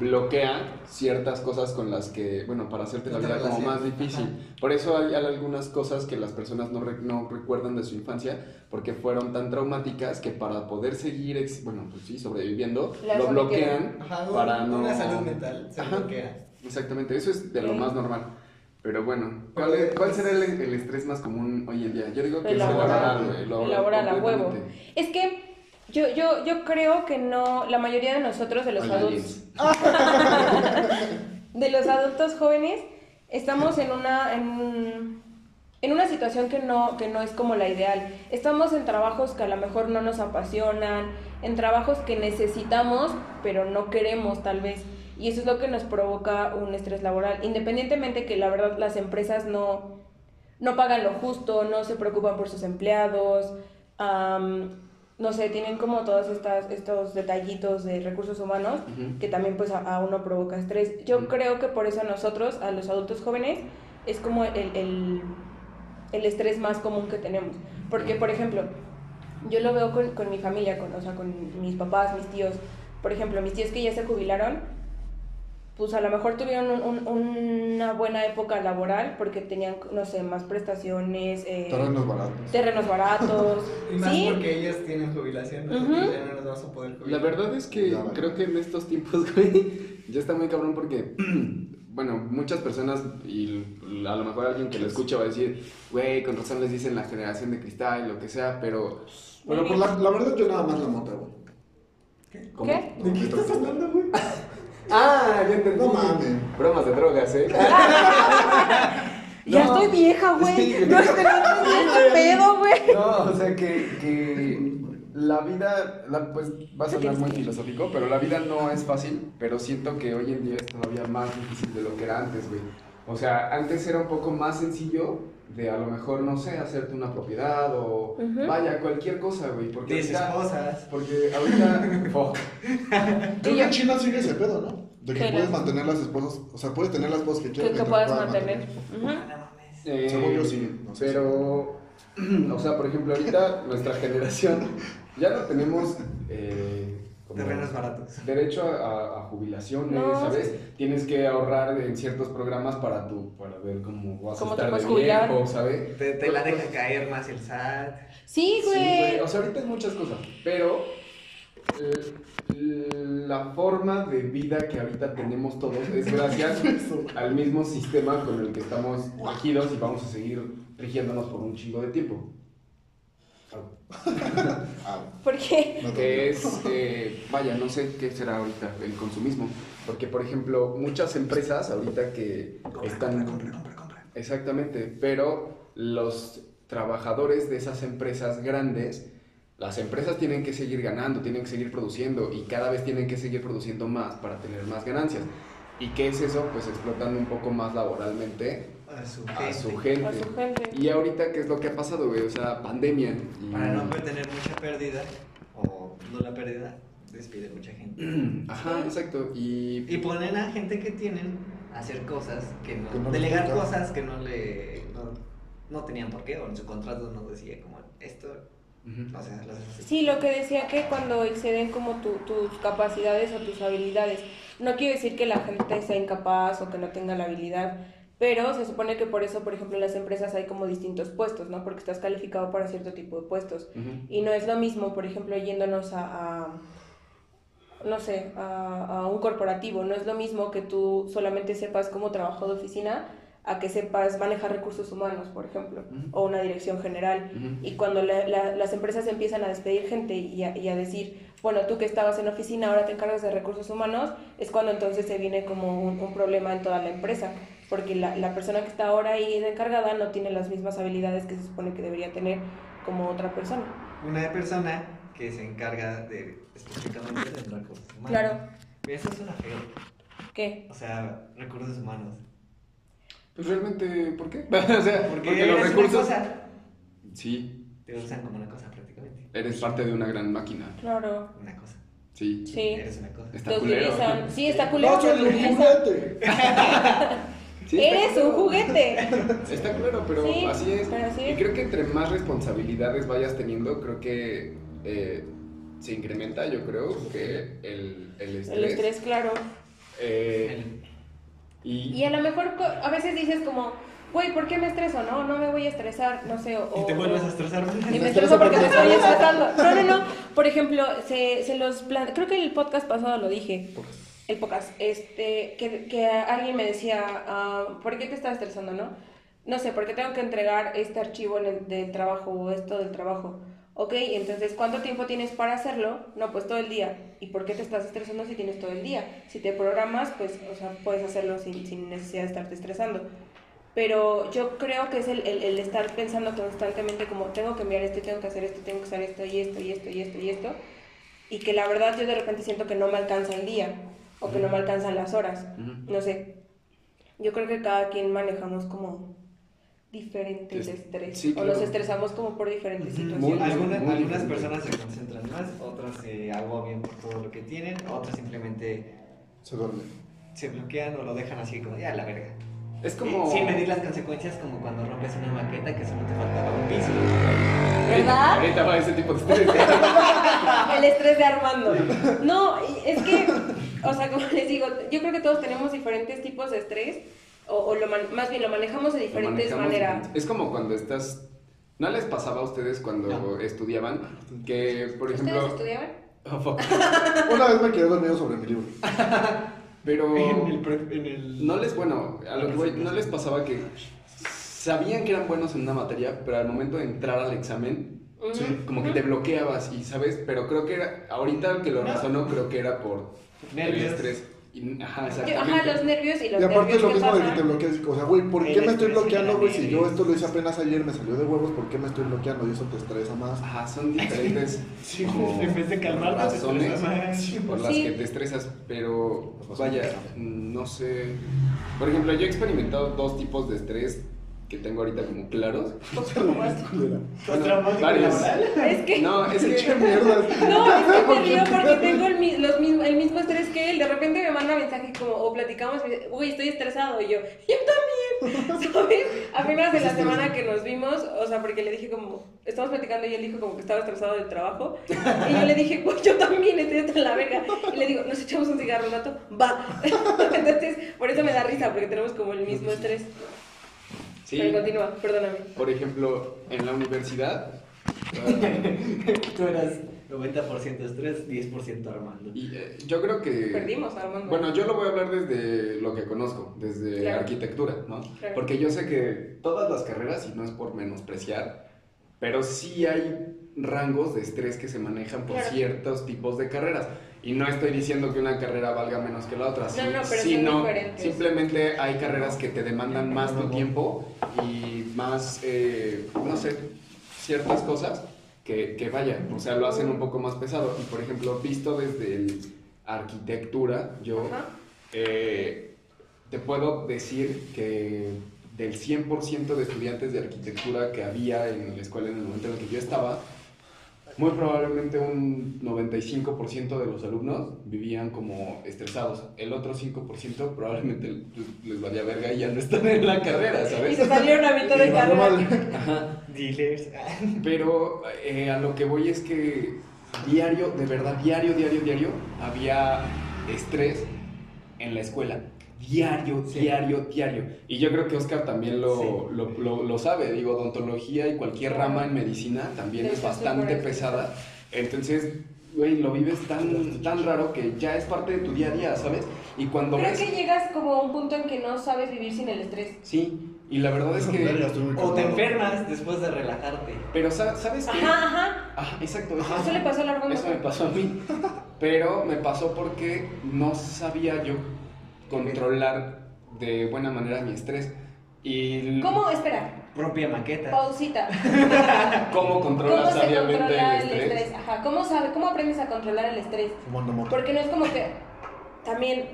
bloquea ciertas cosas con las que, bueno, para hacerte la
No te
vida como más
relacionas.
difícil. Por eso hay hay algunas cosas que las personas no, re- no recuerdan de su infancia porque fueron tan traumáticas que para poder seguir, ex- bueno, pues sí, sobreviviendo,
Las
lo
bloquean.
bloquean
Ajá, un-
para no...
Una salud mental, se
Ajá.
bloquea.
Exactamente, eso es de lo
Ok.
más normal. Pero bueno, ¿cuál, es- cuál será el, el estrés más común hoy en día? Yo digo que es
El
el
laboral,
laboral, güey, el laboral
Elaborar a huevo.
completamente.
Es que yo, yo, yo creo que no, la mayoría de nosotros, de los
Hola,
adultos,
Jens.
de los adultos jóvenes estamos en una en, en una situación que no que no es como la ideal. Estamos en trabajos que a lo mejor no nos apasionan, en trabajos que necesitamos pero no queremos tal vez y eso es lo que nos provoca un estrés laboral, independientemente que la verdad las empresas no no pagan lo justo, no se preocupan por sus empleados, am, no sé, tienen como todos estas, estos detallitos de recursos humanos
Ujú.
que también pues a, a uno provoca estrés. Yo
Ujú.
creo que por eso a nosotros, a los adultos jóvenes, es como el, el, el estrés más común que tenemos. Porque, por ejemplo, yo lo veo con, con mi familia, con, o sea, con mis papás, mis tíos. Por ejemplo, mis tíos que ya se jubilaron, pues a lo mejor tuvieron un- un- una buena época laboral porque tenían, no sé, más prestaciones, eh,
Terrenos baratos.
terrenos baratos.
Y más
sí,
porque ellos tienen jubilación, nosotros
Ujú.
ya no nos vamos a poder
La
jubilar.
verdad es que
Ya, vale.
creo que en estos tiempos, güey, ya está muy cabrón porque, bueno, muchas personas, y l- a lo mejor alguien que lo escucha va a decir, güey, con razón les dicen la generación de cristal, lo que sea, pero...
Bueno, pues la, la verdad yo nada más la mota, güey.
¿cómo?
¿Qué?
¿De qué estás hablando, güey?
Ah, ya entendí.
No mames.
Bromas de drogas, ¿eh?
ya
No.
estoy vieja, güey.
Sí.
No es que no entiendo este pedo, güey.
No, o sea que, que la vida, la- pues va a sonar muy filosófico, pero la vida no es fácil, pero siento que hoy en día es todavía más difícil de lo que era antes, güey. O sea, antes era un poco más sencillo de a lo mejor, no sé, hacerte una propiedad o
Ujú.
vaya, cualquier cosa, güey. Porque
Dices
ahorita,
"Oh,
cosas.
porque ahorita, fuck,
Creo
Y
que
yo-
en China sigue ese pedo, ¿no? De que
Pero-
puedes mantener las esposas, o sea, puedes tener las esposas que
Que,
quieras.
que
mientras
puedas
puedas
mantener. Ujú.
Eh,
Según yo, sí, no sé.
pero, o sea, por ejemplo, ahorita nuestra generación ya no tenemos eh, como
Terrenos baratos.
derecho a, a jubilaciones,
No,
¿sabes? Tienes que ahorrar en ciertos programas para tu, para ver cómo vas
¿Cómo
a
te
estar
puedes
de
jubilar?
viejo, ¿sabes?
Te, te la deja caer más el SAT.
Sí,
Sí,
güey.
güey. O sea, ahorita es muchas cosas, pero eh, la forma de vida que ahorita tenemos todos es gracias al mismo sistema con el que estamos regidos y vamos a seguir rigiéndonos por un chingo de tiempo.
Ah,
Porque
no te
que es, eh, vaya, no sé qué será ahorita el consumismo, porque por ejemplo, muchas empresas ahorita que están... Exactamente, pero los trabajadores de esas empresas grandes, las empresas tienen que seguir ganando, tienen que seguir produciendo y cada vez tienen que seguir produciendo más para tener más ganancias. ¿Y qué es eso? Pues explotando un poco más laboralmente
A su
a su
gente.
gente.
A su gente.
Y ahorita, ¿qué es lo que ha pasado, güey? O sea, pandemia. y-
Para no tener mucha pérdida o no la pérdida, despide mucha gente.
Ajá, exacto. Y
Y ponen a gente que tienen a hacer cosas que no.
Que no les
delegar
gusta.
cosas que no le. No, no tenían por qué, o en su contrato no decía como esto.
Ujú.
No sé, lo haces así.
Sí, lo que decía que cuando exceden como tu- tus capacidades o tus habilidades, no quiero decir que la gente sea incapaz o que no tenga la habilidad, pero se supone que por eso, por ejemplo, en las empresas hay como distintos puestos, ¿no? Porque estás calificado para cierto tipo de puestos.
Ujú.
Y no es lo mismo, por ejemplo, yéndonos a, a, no sé, a, a un corporativo, no es lo mismo que tú solamente sepas cómo trabajo de oficina a que sepas manejar recursos humanos, por ejemplo,
Ujú.
o una dirección general.
Ujú.
Y cuando la- la- las empresas empiezan a despedir gente y a, y a decir, bueno, tú que estabas en oficina, ahora te encargas de recursos humanos, es cuando entonces se viene como un, un problema en toda la empresa, porque la, la persona que está ahora ahí de encargada no tiene las mismas habilidades que se supone que debería tener como otra persona.
Una persona que se encarga de específicamente de recursos humanos.
Claro.
Eso suena feo.
¿Qué?
O sea, recursos humanos.
Pues realmente, ¿por qué? o sea, porque, los
eres
recursos.
Una cosa,
Sí,
te usan como una cosa prácticamente.
eres parte de una gran máquina.
Claro.
Una cosa.
Sí.
Sí.
Eres una cosa.
Está
Te
culero.
utilizan. Sí, está culero.
No
te
soy un
utilizan.
juguete.
Sí, está
Eres un juguete.
Está claro, pero
Sí,
así es.
pero así
Y
es.
creo que entre más responsabilidades vayas teniendo, creo que eh, se incrementa, yo creo, que el, el estrés.
El estrés, claro.
Eh,
El-
Y a lo mejor co- a veces dices como, güey, ¿por qué me estreso? No, no me voy a estresar, no sé. O,
Y te
o-
vuelves a estresar más.
Y me estreso porque me estoy estresando. No, no, no. Por ejemplo, se, se los plan- creo que en el podcast pasado lo dije. El podcast. Este, que, que alguien me decía, ah, ¿por qué te estás estresando, no? No sé, ¿por qué tengo que entregar este archivo en el- del trabajo o esto del trabajo? Ok, entonces, ¿cuánto tiempo tienes para hacerlo? No, pues todo el día. ¿Y por qué te estás estresando si tienes todo el día? Si te programas, pues, o sea, puedes hacerlo sin, sin necesidad de estarte estresando. Pero yo creo que es el, el- el estar pensando constantemente como tengo que enviar esto, y tengo que hacer esto, y tengo que hacer esto y esto y esto y esto y esto. Y que la verdad yo de repente siento que no me alcanza el día o que no me alcanzan las horas.
Ujú.
No sé. Yo creo que cada quien manejamos como diferente el
Es-
estrés.
sí,
O nos
claro.
estresamos como por diferentes
Ujú.
situaciones.
Alguna-
muy
algunas
diferente.
personas se concentran más, otras se agobian por todo lo que tienen, otras simplemente
Se duerme.
se bloquean o lo dejan así como ya la verga.
es como.
Y sin medir las consecuencias como cuando rompes una maqueta que solo te faltaba un piso.
¿Verdad?
Ahorita va ese tipo de estrés.
El estrés de Armando. No, y es que, o sea, como les digo, yo creo que todos tenemos diferentes tipos de estrés, o, o lo man- más bien lo manejamos de
Lo
diferentes
manejamos
maneras.
diferente. Es como cuando estás. ¿No les pasaba a ustedes cuando
No. Ah,
estudiaban? Que, por
¿Ustedes
ejemplo.
estudiaban?
Oh, fuck.
Una vez me quedé dormido sobre mi libro.
Pero.
pre- en el-
No les, bueno, a lo que voy, no les pasaba que sabían que eran buenos en una materia, pero al momento de entrar al examen,
Ujú.
como que te bloqueabas y sabes, pero creo que era, ahorita el que lo razonó, creo que era por el
Nervios.
estrés. Y- ajá,
Yo- ajá, los
exactamente.
nervios y los
Y aparte
nervios
lo
que
mismo de que
pasan.
te bloqueas, o sea, güey, ¿por
El
qué me estoy
estrés
bloqueando, güey? Si
general.
yo esto lo hice apenas ayer, me salió de huevos, ¿por qué me estoy bloqueando? Y eso te estresa más.
Ajá, son diferentes
Sí,
como
en vez de calmarte,
pues,
te
razones
estresas más.
por las
Sí.
que te estresas, pero vaya, no sé. Por ejemplo, yo he experimentado dos tipos de estrés que tengo ahorita como claros. Bueno,
traumático
varios.
laboral?
Es que...
No, es
¡Qué
que
mierda!
No, es que me río porque tengo el, mi- los mismo- el mismo estrés que él. De repente me manda mensaje como, o platicamos, y me dice, uy, estoy estresado. Y yo, yo también. ¿Sabes? Apenas en la semana que nos vimos, o sea, porque le dije como, estamos platicando y él dijo como que estaba estresado del trabajo. Y yo le dije, güey, yo también estoy hasta la verga. Y le digo, ¿nos echamos un cigarro un rato? Va. Entonces, por eso me da risa, porque tenemos como el mismo estrés.
sí,
Pero continúa, perdóname.
por ejemplo, en la universidad eh,
Tú eras 90% estrés, 10% armando.
y, eh, yo creo que
Perdimos, Armando.
Bueno, yo lo voy a hablar desde lo que conozco, desde
Claro.
arquitectura, ¿no?
Claro.
Porque yo sé que todas las carreras, y no es por menospreciar, pero sí hay rangos de estrés que se manejan por
Claro.
ciertos tipos de carreras. Y no estoy diciendo que una carrera valga menos que la otra,
no, pero son
sino
diferentes.
simplemente hay carreras que te demandan más tu tiempo y más, eh, no sé, ciertas cosas que, que vaya, o sea, lo hacen un poco más pesado. Y por ejemplo, visto desde el arquitectura, yo
Ajá.
eh, te puedo decir que del 100% de estudiantes de arquitectura que había en la escuela en el momento en el que yo estaba, muy probablemente un 95% de los alumnos vivían como estresados. El otro 5% probablemente les- les valía verga y ya no están en la carrera,
Y
¿sabes?
se salieron a mitad de carrera.
Dealers.
Pero eh, a lo que voy es que diario, de verdad, diario, diario, diario, había estrés en la escuela. Diario,
Sí.
diario, diario. Y yo creo que Oscar también lo,
Sí.
lo, lo- lo sabe. Digo, odontología y cualquier rama en medicina también
Sí,
es
está
bastante
súper
pesada. Entonces, güey, lo vives tan, tan raro que ya es parte de tu día a día, ¿sabes? Y cuando
Creo
ves...
que llegas como a un punto en que no sabes vivir sin el estrés.
Sí, y la verdad es
Verga,
que...
estoy muy
O te
cansado.
enfermas después de relajarte.
Pero, sa- ¿sabes qué?
Ajá, ajá.
Ah, exacto. eso es-
Eso le pasó a Largo
Eso me pasó a mí. Pero me pasó porque no sabía yo controlar de buena manera mi estrés. Y
¿Cómo? Espera,
Propia maqueta.
pausita.
¿Cómo
¿Cómo
controlas
se
sabiamente
controla
el
el
estrés?
estrés? Ajá, ¿cómo, sabe, ¿cómo aprendes a controlar el estrés?
Fumando amor.
Porque no es como que también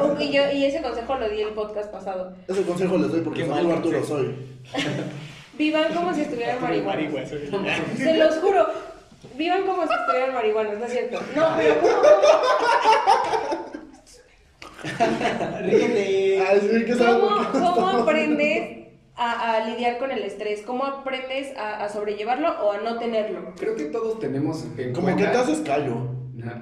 oh, y yo y ese consejo lo di el podcast pasado.
Ese consejo les doy porque
Qué
soy
mal
Arturo
consejo.
soy.
Vivan como si estuvieran marihuanos.
Marihuana, soy-
Se los juro. Vivan como si estuvieran marihuanos, ¿no es cierto? No, pero ¿cómo?
Ríete.
Ay, sí, que sabe
¿Cómo,
por qué.
cómo aprendes a, a lidiar con el estrés? ¿Cómo aprendes a, a sobrellevarlo o a no tenerlo?
Creo que todos tenemos en
Como que
cuenta-
te haces callo.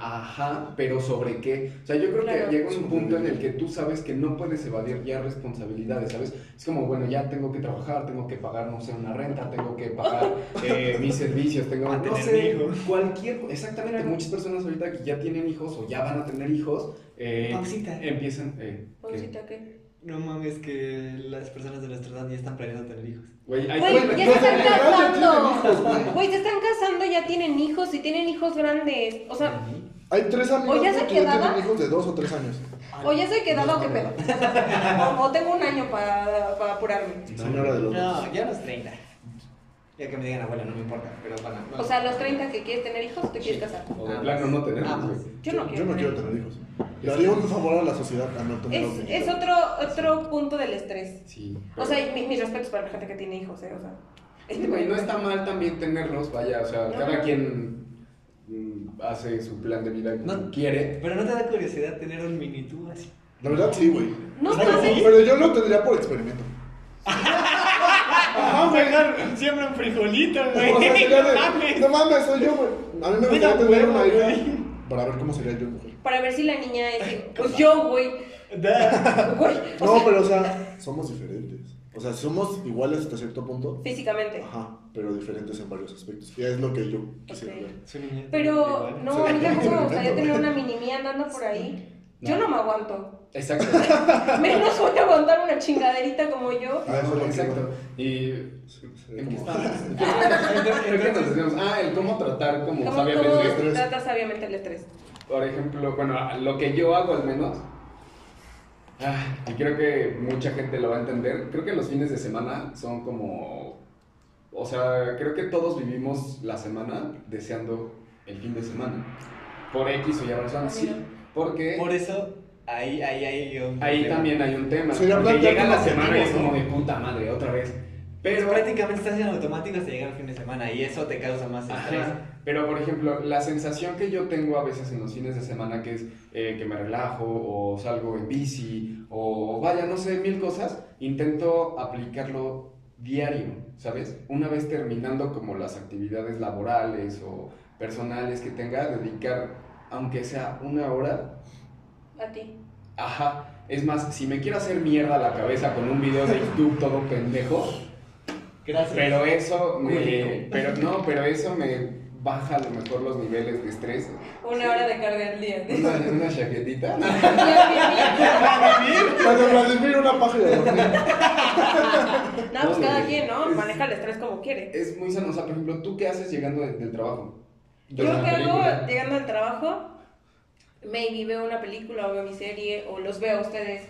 Ajá, pero ¿sobre qué? O sea, yo creo
Claro.
que llega un punto en el que tú sabes que no puedes evadir ya responsabilidades, ¿sabes? Es como, bueno, ya tengo que trabajar, tengo que pagar, no sé, una renta, tengo que pagar eh, mis servicios, tengo, no
Mantener
sé,
hijos.
cualquier, exactamente, muchas personas ahorita que ya tienen hijos o ya van a tener hijos, eh,
Pausita.
empiezan, eh, ¿qué?
Pausita, ¿qué?
No mames que las personas de nuestra edad ya están planeando tener hijos.
Güey, ahí
Güey,
pues,
fue-
ya se están casando. Güey, se están casando, ya tienen hijos y tienen hijos grandes. O sea,
Hay tres amigos
¿O ya se
que ya
quedaba?
tienen hijos de dos o tres años.
o ya soy quedado o qué pedo. O, o tengo un año para apurarme.
Señora de los dos.
No, ya a los 30. Ya que me digan abuela, no me importa, pero van a.
O sea, a los 30 que quieres tener hijos, te quieres casar.
O de plano no tenemos,
Ah,
güey.
sí.
Yo no
Yo
quiero.
no quiero
tener hijos.
tener hijos. Le haría un favor a la sociedad a no tener
Es,
hijos.
es otro, otro punto del estrés.
Sí,
O
pero-
sea, y mi- mis respetos para la gente que tiene hijos, ¿eh? O sea,
Sí, güey, no está mal también tenerlos, vaya, o sea,
No.
cada quien mm, hace su plan de vida como
No.
quiere.
Pero no te da curiosidad tener un mini tú así.
La verdad sí, güey.
No
Pero-
mames.
Pero yo lo tendría por experimento.
Ah, mejor siembra un frijolito,
O sea, sería de, no mames, soy yo, güey. A mí me gustaría
Mira,
tener una
güey.
hija para ver cómo sería yo, mujer.
Para ver si la niña es. Pues yo, güey. Güey. o
No,
sea,
pero o sea, somos diferentes. O sea, somos iguales hasta cierto punto.
Físicamente.
Ajá, pero diferentes en varios aspectos. Y es lo que yo quisiera
Ok.
ver.
Pero no, a mí tampoco me gustaría
Exacto.
tener una mini mía andando por ahí. Yo no me aguanto.
Exacto.
Menos voy a aguantar una chingaderita como yo.
Ah, eso es lo que
Exacto. Y
Sería como-
Ah, creo que nos decíamos, ah, el cómo tratar como
¿Cómo,
sabiamente el
cómo
estrés.
tratas sabiamente el estrés?
Por ejemplo, bueno, a- lo que yo hago al menos, ah, y creo que mucha gente lo va a entender, creo que los fines de semana son como, o sea, creo que todos vivimos la semana deseando el fin de semana. Por X o Y razón, sí. Porque...
Por eso, ahí, ahí, ahí yo.
Ahí también hay un tema.
Sería
Porque
plantearte
llega la
un
semana y es
objetivo,
como
¿no?
de puta madre, otra vez.
Pero
Pero,
Pues prácticamente estás en automático hasta llegar al fin de semana y eso te causa más estrés.
Ajá. pero por ejemplo, la sensación que yo tengo a veces en los fines de semana, que es eh, que me relajo o salgo en bici o vaya, no sé, mil cosas, intento aplicarlo diario, ¿sabes? Una vez terminando como las actividades laborales o personales que tenga, dedicar, aunque sea una hora,
A ti.
Ajá. Es más, si me quiero hacer mierda la cabeza con un video de YouTube todo pendejo,
Gracias.
pero eso me.
Culico.
Pero no, pero eso me baja a lo mejor los niveles de estrés.
Una hora de carga al día.
Una, una chaquetita.
Cuando Vladimir una paja y a dormir.
No, pues
No,
cada
güey.
quien, ¿no?
Es-
Maneja el estrés como quiere.
Es muy sano. O sea, por ejemplo, ¿tú qué haces llegando de- del trabajo?
Yo
¿Ves una
que hago
película?
llegando al trabajo, maybe veo una película o veo mi serie o los veo a ustedes.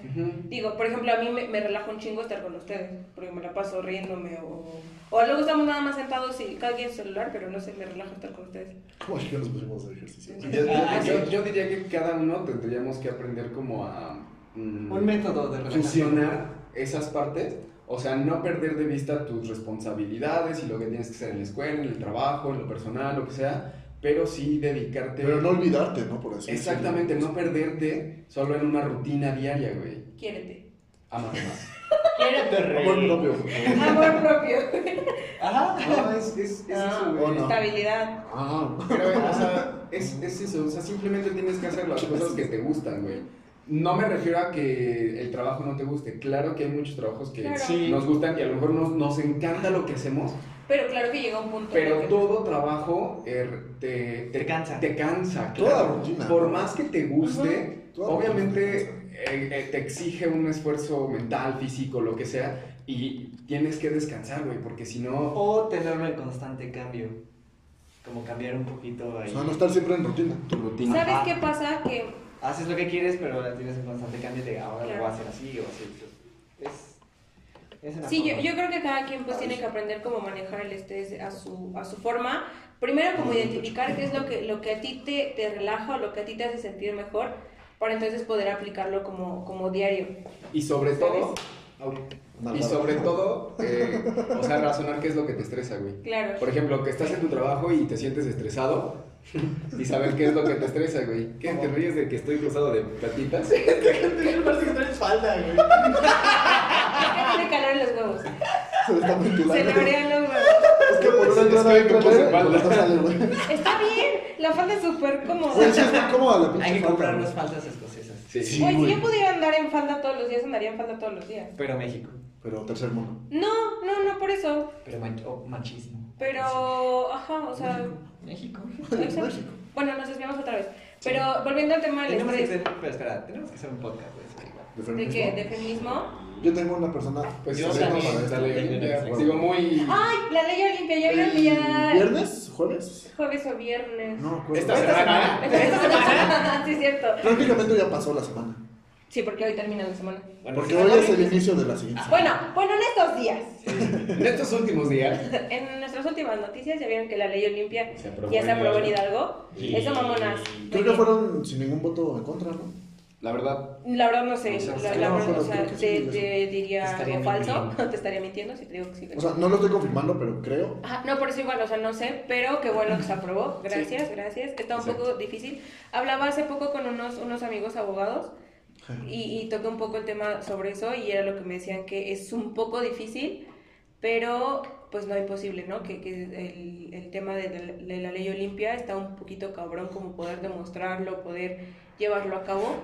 Digo, por ejemplo, a mí me, me relaja un chingo estar con ustedes, porque me la paso riéndome o, o luego estamos nada más sentados y cada quien en su celular, pero no sé, me relaja estar con ustedes.
¿Cómo es que nos pusimos a hacer ejercicio?
Sí.
Yo,
Ah,
yo- yo- yo diría que cada uno tendríamos que aprender como a mm,
Un método de
fusionar esas partes, o sea, no perder de vista tus responsabilidades y lo que tienes que hacer en la escuela, en el trabajo, en lo personal, lo que sea, pero sí dedicarte...
Pero no olvidarte, ¿no? Por así decirlo.
Exactamente, no perderte solo en una rutina diaria, güey.
Quiérete.
Amate más.
Quédate, rey.
Amor propio. por favor.
Amor propio.
Ajá.
es, es,
Ah,
güey.
Estabilidad.
Ah,
Pero, o sea, es, es eso, o sea, simplemente tienes que hacer las cosas que te gustan, güey. No me refiero a que el trabajo no te guste. Claro que hay muchos trabajos que
Claro.
Sí.
nos gustan y a lo mejor nos, nos encanta lo que hacemos,
Pero claro que llega un punto. en
pero
el que-
todo trabajo eh, te,
Te cansa.
Te cansa,
Toda
claro.
rutina.
Por más que te guste,
Toda
obviamente
rutina
eh, eh, te exige un esfuerzo mental, físico, lo que sea, y tienes que descansar, güey, porque si no...
O tenerlo en constante cambio. Como cambiar un poquito
o
ahí.
sea, no estar siempre en rutina.
Tu rutina.
pues, ¿Sabes
Ajá.
qué pasa? Que
Haces lo que quieres, pero tienes un constante cambio de ahora lo voy a hacer así o así. Es. Es una
Sí, yo,
forma.
yo creo que cada quien pues tiene que aprender cómo manejar el estrés a su, a su forma. Primero como identificar qué es lo que, lo que a ti te, te relaja o lo que a ti te hace sentir mejor para entonces poder aplicarlo como, como diario.
Y sobre todo...
Una
Y
barra.
sobre todo, eh, o sea, razonar qué es lo que te estresa, güey.
Claro.
Por ejemplo, que estás en tu trabajo y te sientes estresado y saber qué es lo que te estresa, güey. ¿Qué? ¿Te ríes de que estoy cruzado de platitas?
Parece que traes falda, güey.
Ya tiene calor en los huevos.
Se le está ventilando.
Se le abrían los huevos.
Es que por una
Es
entrada
que
entra
me puse
leve,
falda.
por otra sale, güey.
Está bien, la falda es súper cómoda.
Güey, sí es muy cómoda la pinche
Hay que
falda,
comprar
güey.
unas faldas escocesas.
Sí,
Sí.
Güey, si
güey.
yo pudiera andar en falda todos los días, andaría en falda todos los días.
Pero México.
Pero tercer mundo.
No, no, no por eso.
Pero mach- o machismo.
Pero, ajá, o sea...
México.
exacto. Bueno, nos desviamos otra vez. Pero volviendo al tema del
Tenemos que
estrés.
hacer. Pero espera, tenemos que hacer un podcast, güey.
De
¿De
feminismo.
qué? ¿De feminismo?
Yo tengo una persona.
Pues
Yo
sí,
también.
no, para
Tengo
estar
una-
Digo, muy...
¡Ay! La ley Olimpia, ya vieron que ya.
Eh, ¿Viernes? ¿Jueves?
Jueves o viernes.
No, me acuerdo.
Esta semana...
Esta semana. sí, es cierto.
Prácticamente ya pasó la semana.
Sí, porque hoy termina la semana.
Bueno,
Porque
sí.
hoy es el inicio de la siguiente.
Bueno, bueno, en estos días,
En estos últimos días...
en nuestras últimas noticias, ya vieron que la ley Olimpia
Se aprobó
ya se
en
aprobó en Hidalgo.
Hidalgo.
Eso, mamonas.
Creo que fueron sin ningún voto en contra, ¿no?
La verdad,
La verdad no sé,
O sea, es
la,
que
la
no,
verdad,
pero
o sea,
creo que sí,
te,
eso.
te diría
Te estaría
algo falso,
mintiendo.
te estaría mintiendo si te digo que sí. que
O
no.
sea, no lo estoy confirmando, pero creo.
Ajá, no, por eso igual, o sea, no sé, pero qué bueno que se aprobó. Gracias, gracias. Está un
Exacto.
poco difícil. Hablaba hace poco con unos, unos amigos abogados y, y toqué un poco el tema sobre eso y era lo que me decían que es un poco difícil, pero pues no imposible, ¿no? Que, que el, el tema de, la- de la ley Olimpia está un poquito cabrón como poder demostrarlo, poder llevarlo a cabo,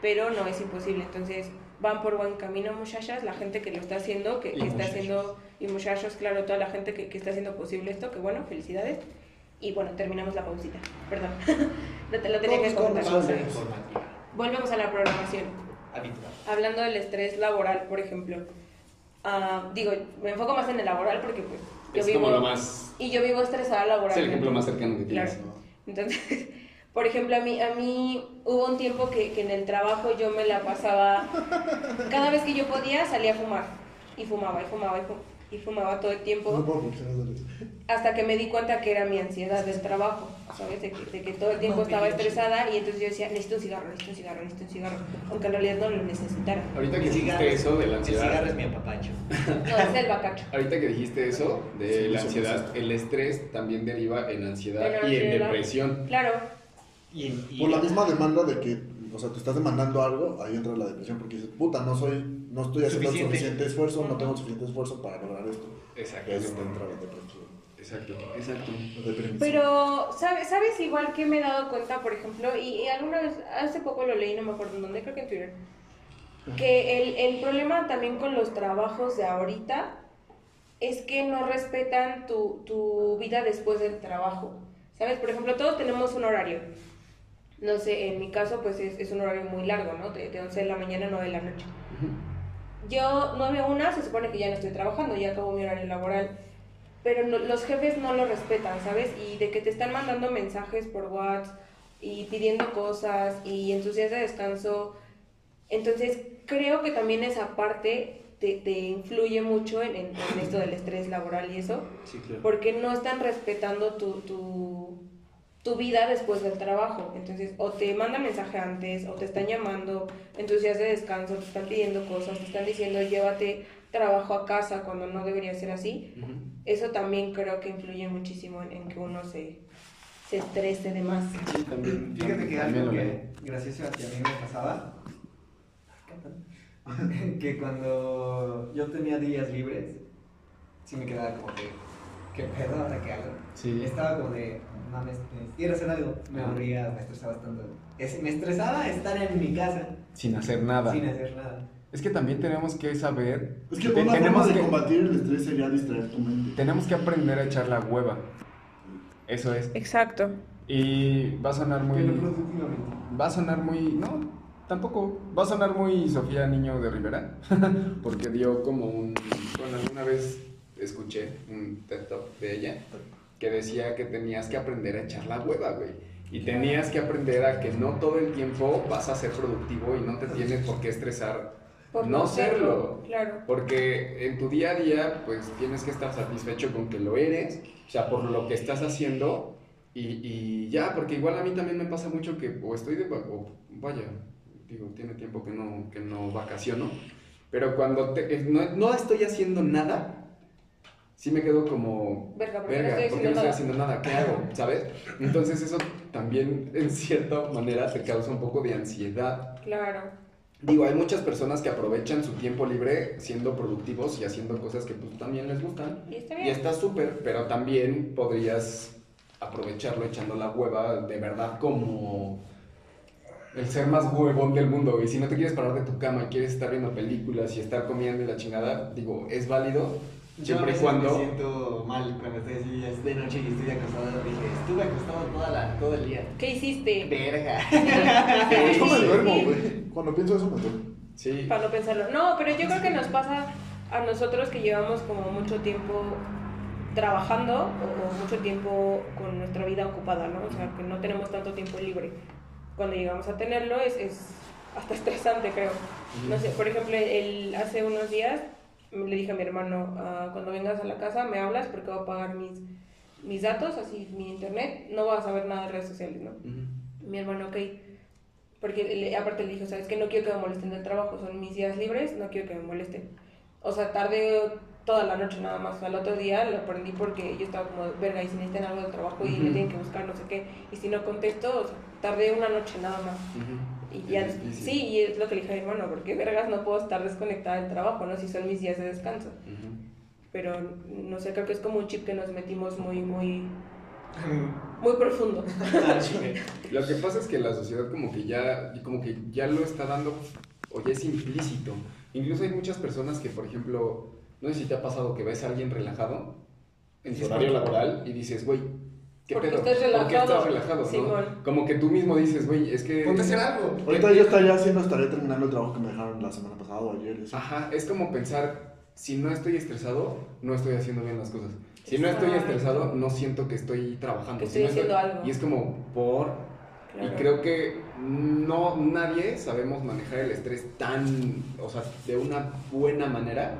pero no es imposible. Entonces, van por buen camino, muchachas, la gente que lo está haciendo, que,
Y
que está
muchachos.
haciendo, y muchachos, claro, toda la gente que, que está haciendo posible esto, que bueno, felicidades. Y bueno, terminamos la pausita, perdón. lo, te- lo tenía que
Todos con
comentar.
nosotros.
Informativa.
Volvemos a la programación.
Habitual.
Hablando del estrés laboral, por ejemplo, ah, digo, me enfoco más en el laboral porque pues yo
es
vivo
como lo más...
y yo vivo estresada
Es
laboralmente.
el ejemplo más cercano que
Claro.
tienes.
Entonces, por ejemplo, a mí, a mí hubo un tiempo que, que en el trabajo yo me la pasaba, cada vez que yo podía salía a fumar y fumaba y fumaba y, fu- y fumaba todo el
No
tiempo
puedo funcionar de eso.
hasta que me di cuenta que era mi ansiedad del trabajo, ¿sabes? De que, de que todo el tiempo estaba estresada y entonces yo decía, necesito un cigarro, necesito un cigarro, necesito un cigarro, aunque en realidad no lo necesitara.
Ahorita que
El cigarro-
dijiste eso de la
El cigarro es
ansiedad...
mi apapacho.
No, es el bacacho.
Ahorita que dijiste eso de
Sí,
la
sí,
ansiedad, el estrés también deriva en ansiedad
En
y en
ansiedad.
depresión.
Claro,
Y, y-
Por la misma demanda de que, o sea, te estás demandando algo, ahí entra la depresión porque dices, puta, no soy, no estoy
Suficiente.
haciendo el suficiente esfuerzo, no tengo el suficiente esfuerzo para lograr esto.
Exacto.
Ahí es donde entra la depresión.
Exacto, exacto.
La depresión.
Pero, ¿sabe- ¿sabes igual que me he dado cuenta, por ejemplo? Y, y alguna vez, hace poco lo leí, no me acuerdo en dónde, creo que en Twitter. Que el, el problema también con los trabajos de ahorita es que no respetan tu, tu vida después del trabajo. ¿Sabes? Por ejemplo, todos tenemos un horario. No sé, en mi caso, pues es, es un horario muy largo, ¿no? De, de 11 de la mañana a 9 de la noche. Yo 9 a 1 se supone que ya no estoy trabajando, ya acabo mi horario laboral. Pero no- los jefes no lo respetan, ¿sabes? Y de que te están mandando mensajes por WhatsApp y pidiendo cosas y en sus días de descanso. Entonces, creo que también esa parte te, te influye mucho en, en, en esto del estrés laboral y eso,
Sí, claro.
porque no están respetando tu, tu, tu vida después del trabajo. Entonces, o te mandan mensaje antes, o te están llamando en tus días de descanso, te están pidiendo cosas, te están diciendo llévate trabajo a casa cuando no debería ser así.
Ujú.
Eso también creo que influye muchísimo en, en que uno se, se estrese de más.
Sí, también.
Fíjate que
también
algo
lo
que
leo.
gracioso que a mí me pasaba, que cuando yo tenía días libres, sí me quedaba como que, ¿qué pedo ahora que hago?
Sí.
Estaba como de, mames, quiero hacer algo. Me aburría, me estresaba estando. es- me estresaba estar en mi casa
Sin hacer nada.
sin hacer nada.
Es que también tenemos que saber.
Es que
te-
una forma
tenemos
de
que-
combatir el estrés sería distraer tu mente.
Tenemos que aprender a echar la hueva. Eso es.
Exacto.
Y va a sonar muy.
Pero productivamente.
Va a sonar muy. No, tampoco. Va a sonar muy Sofía Niño de Rivera. Porque dio como un. Bueno, alguna vez escuché un TED Talk de ella que decía que tenías que aprender a echar la hueva, güey. Y tenías que aprender a que no todo el tiempo vas a ser productivo y no te tienes por qué estresar no serlo.
Claro.
Porque en tu día a día, pues tienes que estar satisfecho con que lo eres, o sea, por lo que estás haciendo, y, y ya, porque igual a mí también me pasa mucho que o estoy de. va- O, vaya, digo, tiene tiempo que no, que no vacaciono, pero cuando te- eh, no, no estoy haciendo nada, sí me quedo como.
Verga, porque
Verga,
no estoy
¿por qué no
diciendo
estoy
nada.
haciendo nada? ¿Qué hago? ¿Sabes? Entonces, eso también, en cierta manera, te causa un poco de ansiedad.
Claro.
Digo, hay muchas personas que aprovechan su tiempo libre siendo productivos y haciendo cosas que pues, también les gustan.
Y está bien.
Y está súper, pero también podrías aprovecharlo echando la hueva de verdad como el ser más huevón del mundo. Y si no te quieres parar de tu cama y quieres estar viendo películas y estar comiendo y la chingada, digo, es válido
Yo a
siempre y
veces
cuando...
Me siento mal cuando estoy así, ya es de noche y estoy acostado. Dije, estuve acostado toda la, todo el día.
¿Qué hiciste?
Verga.
Yo me
Sí,
duermo,
sí.
güey. Cuando pienso eso me duermo.
Sí,
Para no pensarlo. No, pero yo creo que nos pasa a nosotros que llevamos como mucho tiempo trabajando o, o mucho tiempo con nuestra vida ocupada, ¿no? O sea, que no tenemos tanto tiempo libre. Cuando llegamos a tenerlo es, es hasta estresante, creo. No sé, por ejemplo, el, hace unos días le dije a mi hermano, "Ah, cuando vengas a la casa me hablas porque voy a pagar mis, mis datos, así mi internet, no vas a ver nada de redes sociales, ¿no? Mi hermano, ok. Porque le- aparte le dijo, sabes que no quiero que me molesten del trabajo, son mis días libres, no quiero que me molesten. O sea, tarde toda la noche nada más. Al otro día lo aprendí porque yo estaba como, verga, y si necesitan algo del trabajo y me tienen que buscar no sé qué. Y si no contesto, o sea, tardé una noche nada más. Y
Es
ya,
difícil.
sí, y es lo que le dije a mi hermano, porque vergas no puedo estar desconectada del trabajo, ¿no? Si son mis días de descanso.
Ujú.
Pero no sé, creo que es como un chip que nos metimos muy, muy, muy profundo.
Lo que pasa es que la sociedad como que ya, como que ya lo está dando, o ya es implícito. Incluso hay muchas personas que, por ejemplo, no sé si te ha pasado que ves a alguien relajado en su horario laboral y dices, güey, ¿qué
Porque
pedo?
estás
¿Por qué
relajado,
estás relajado? no?
Simón.
Como que tú mismo dices, güey, es que...
Ponte a hacer algo.
Ahorita yo estaría haciendo, estaría terminando el trabajo que me dejaron la semana pasada o ayer. eso.
Ajá, es como pensar, si no estoy estresado, no estoy haciendo bien las cosas. Si no estoy
Exacto.
estresado, no siento que estoy trabajando.
Que
Si no
estoy haciendo algo.
Y es como, por... Y creo que no nadie sabemos manejar el estrés tan, o sea, de una buena manera,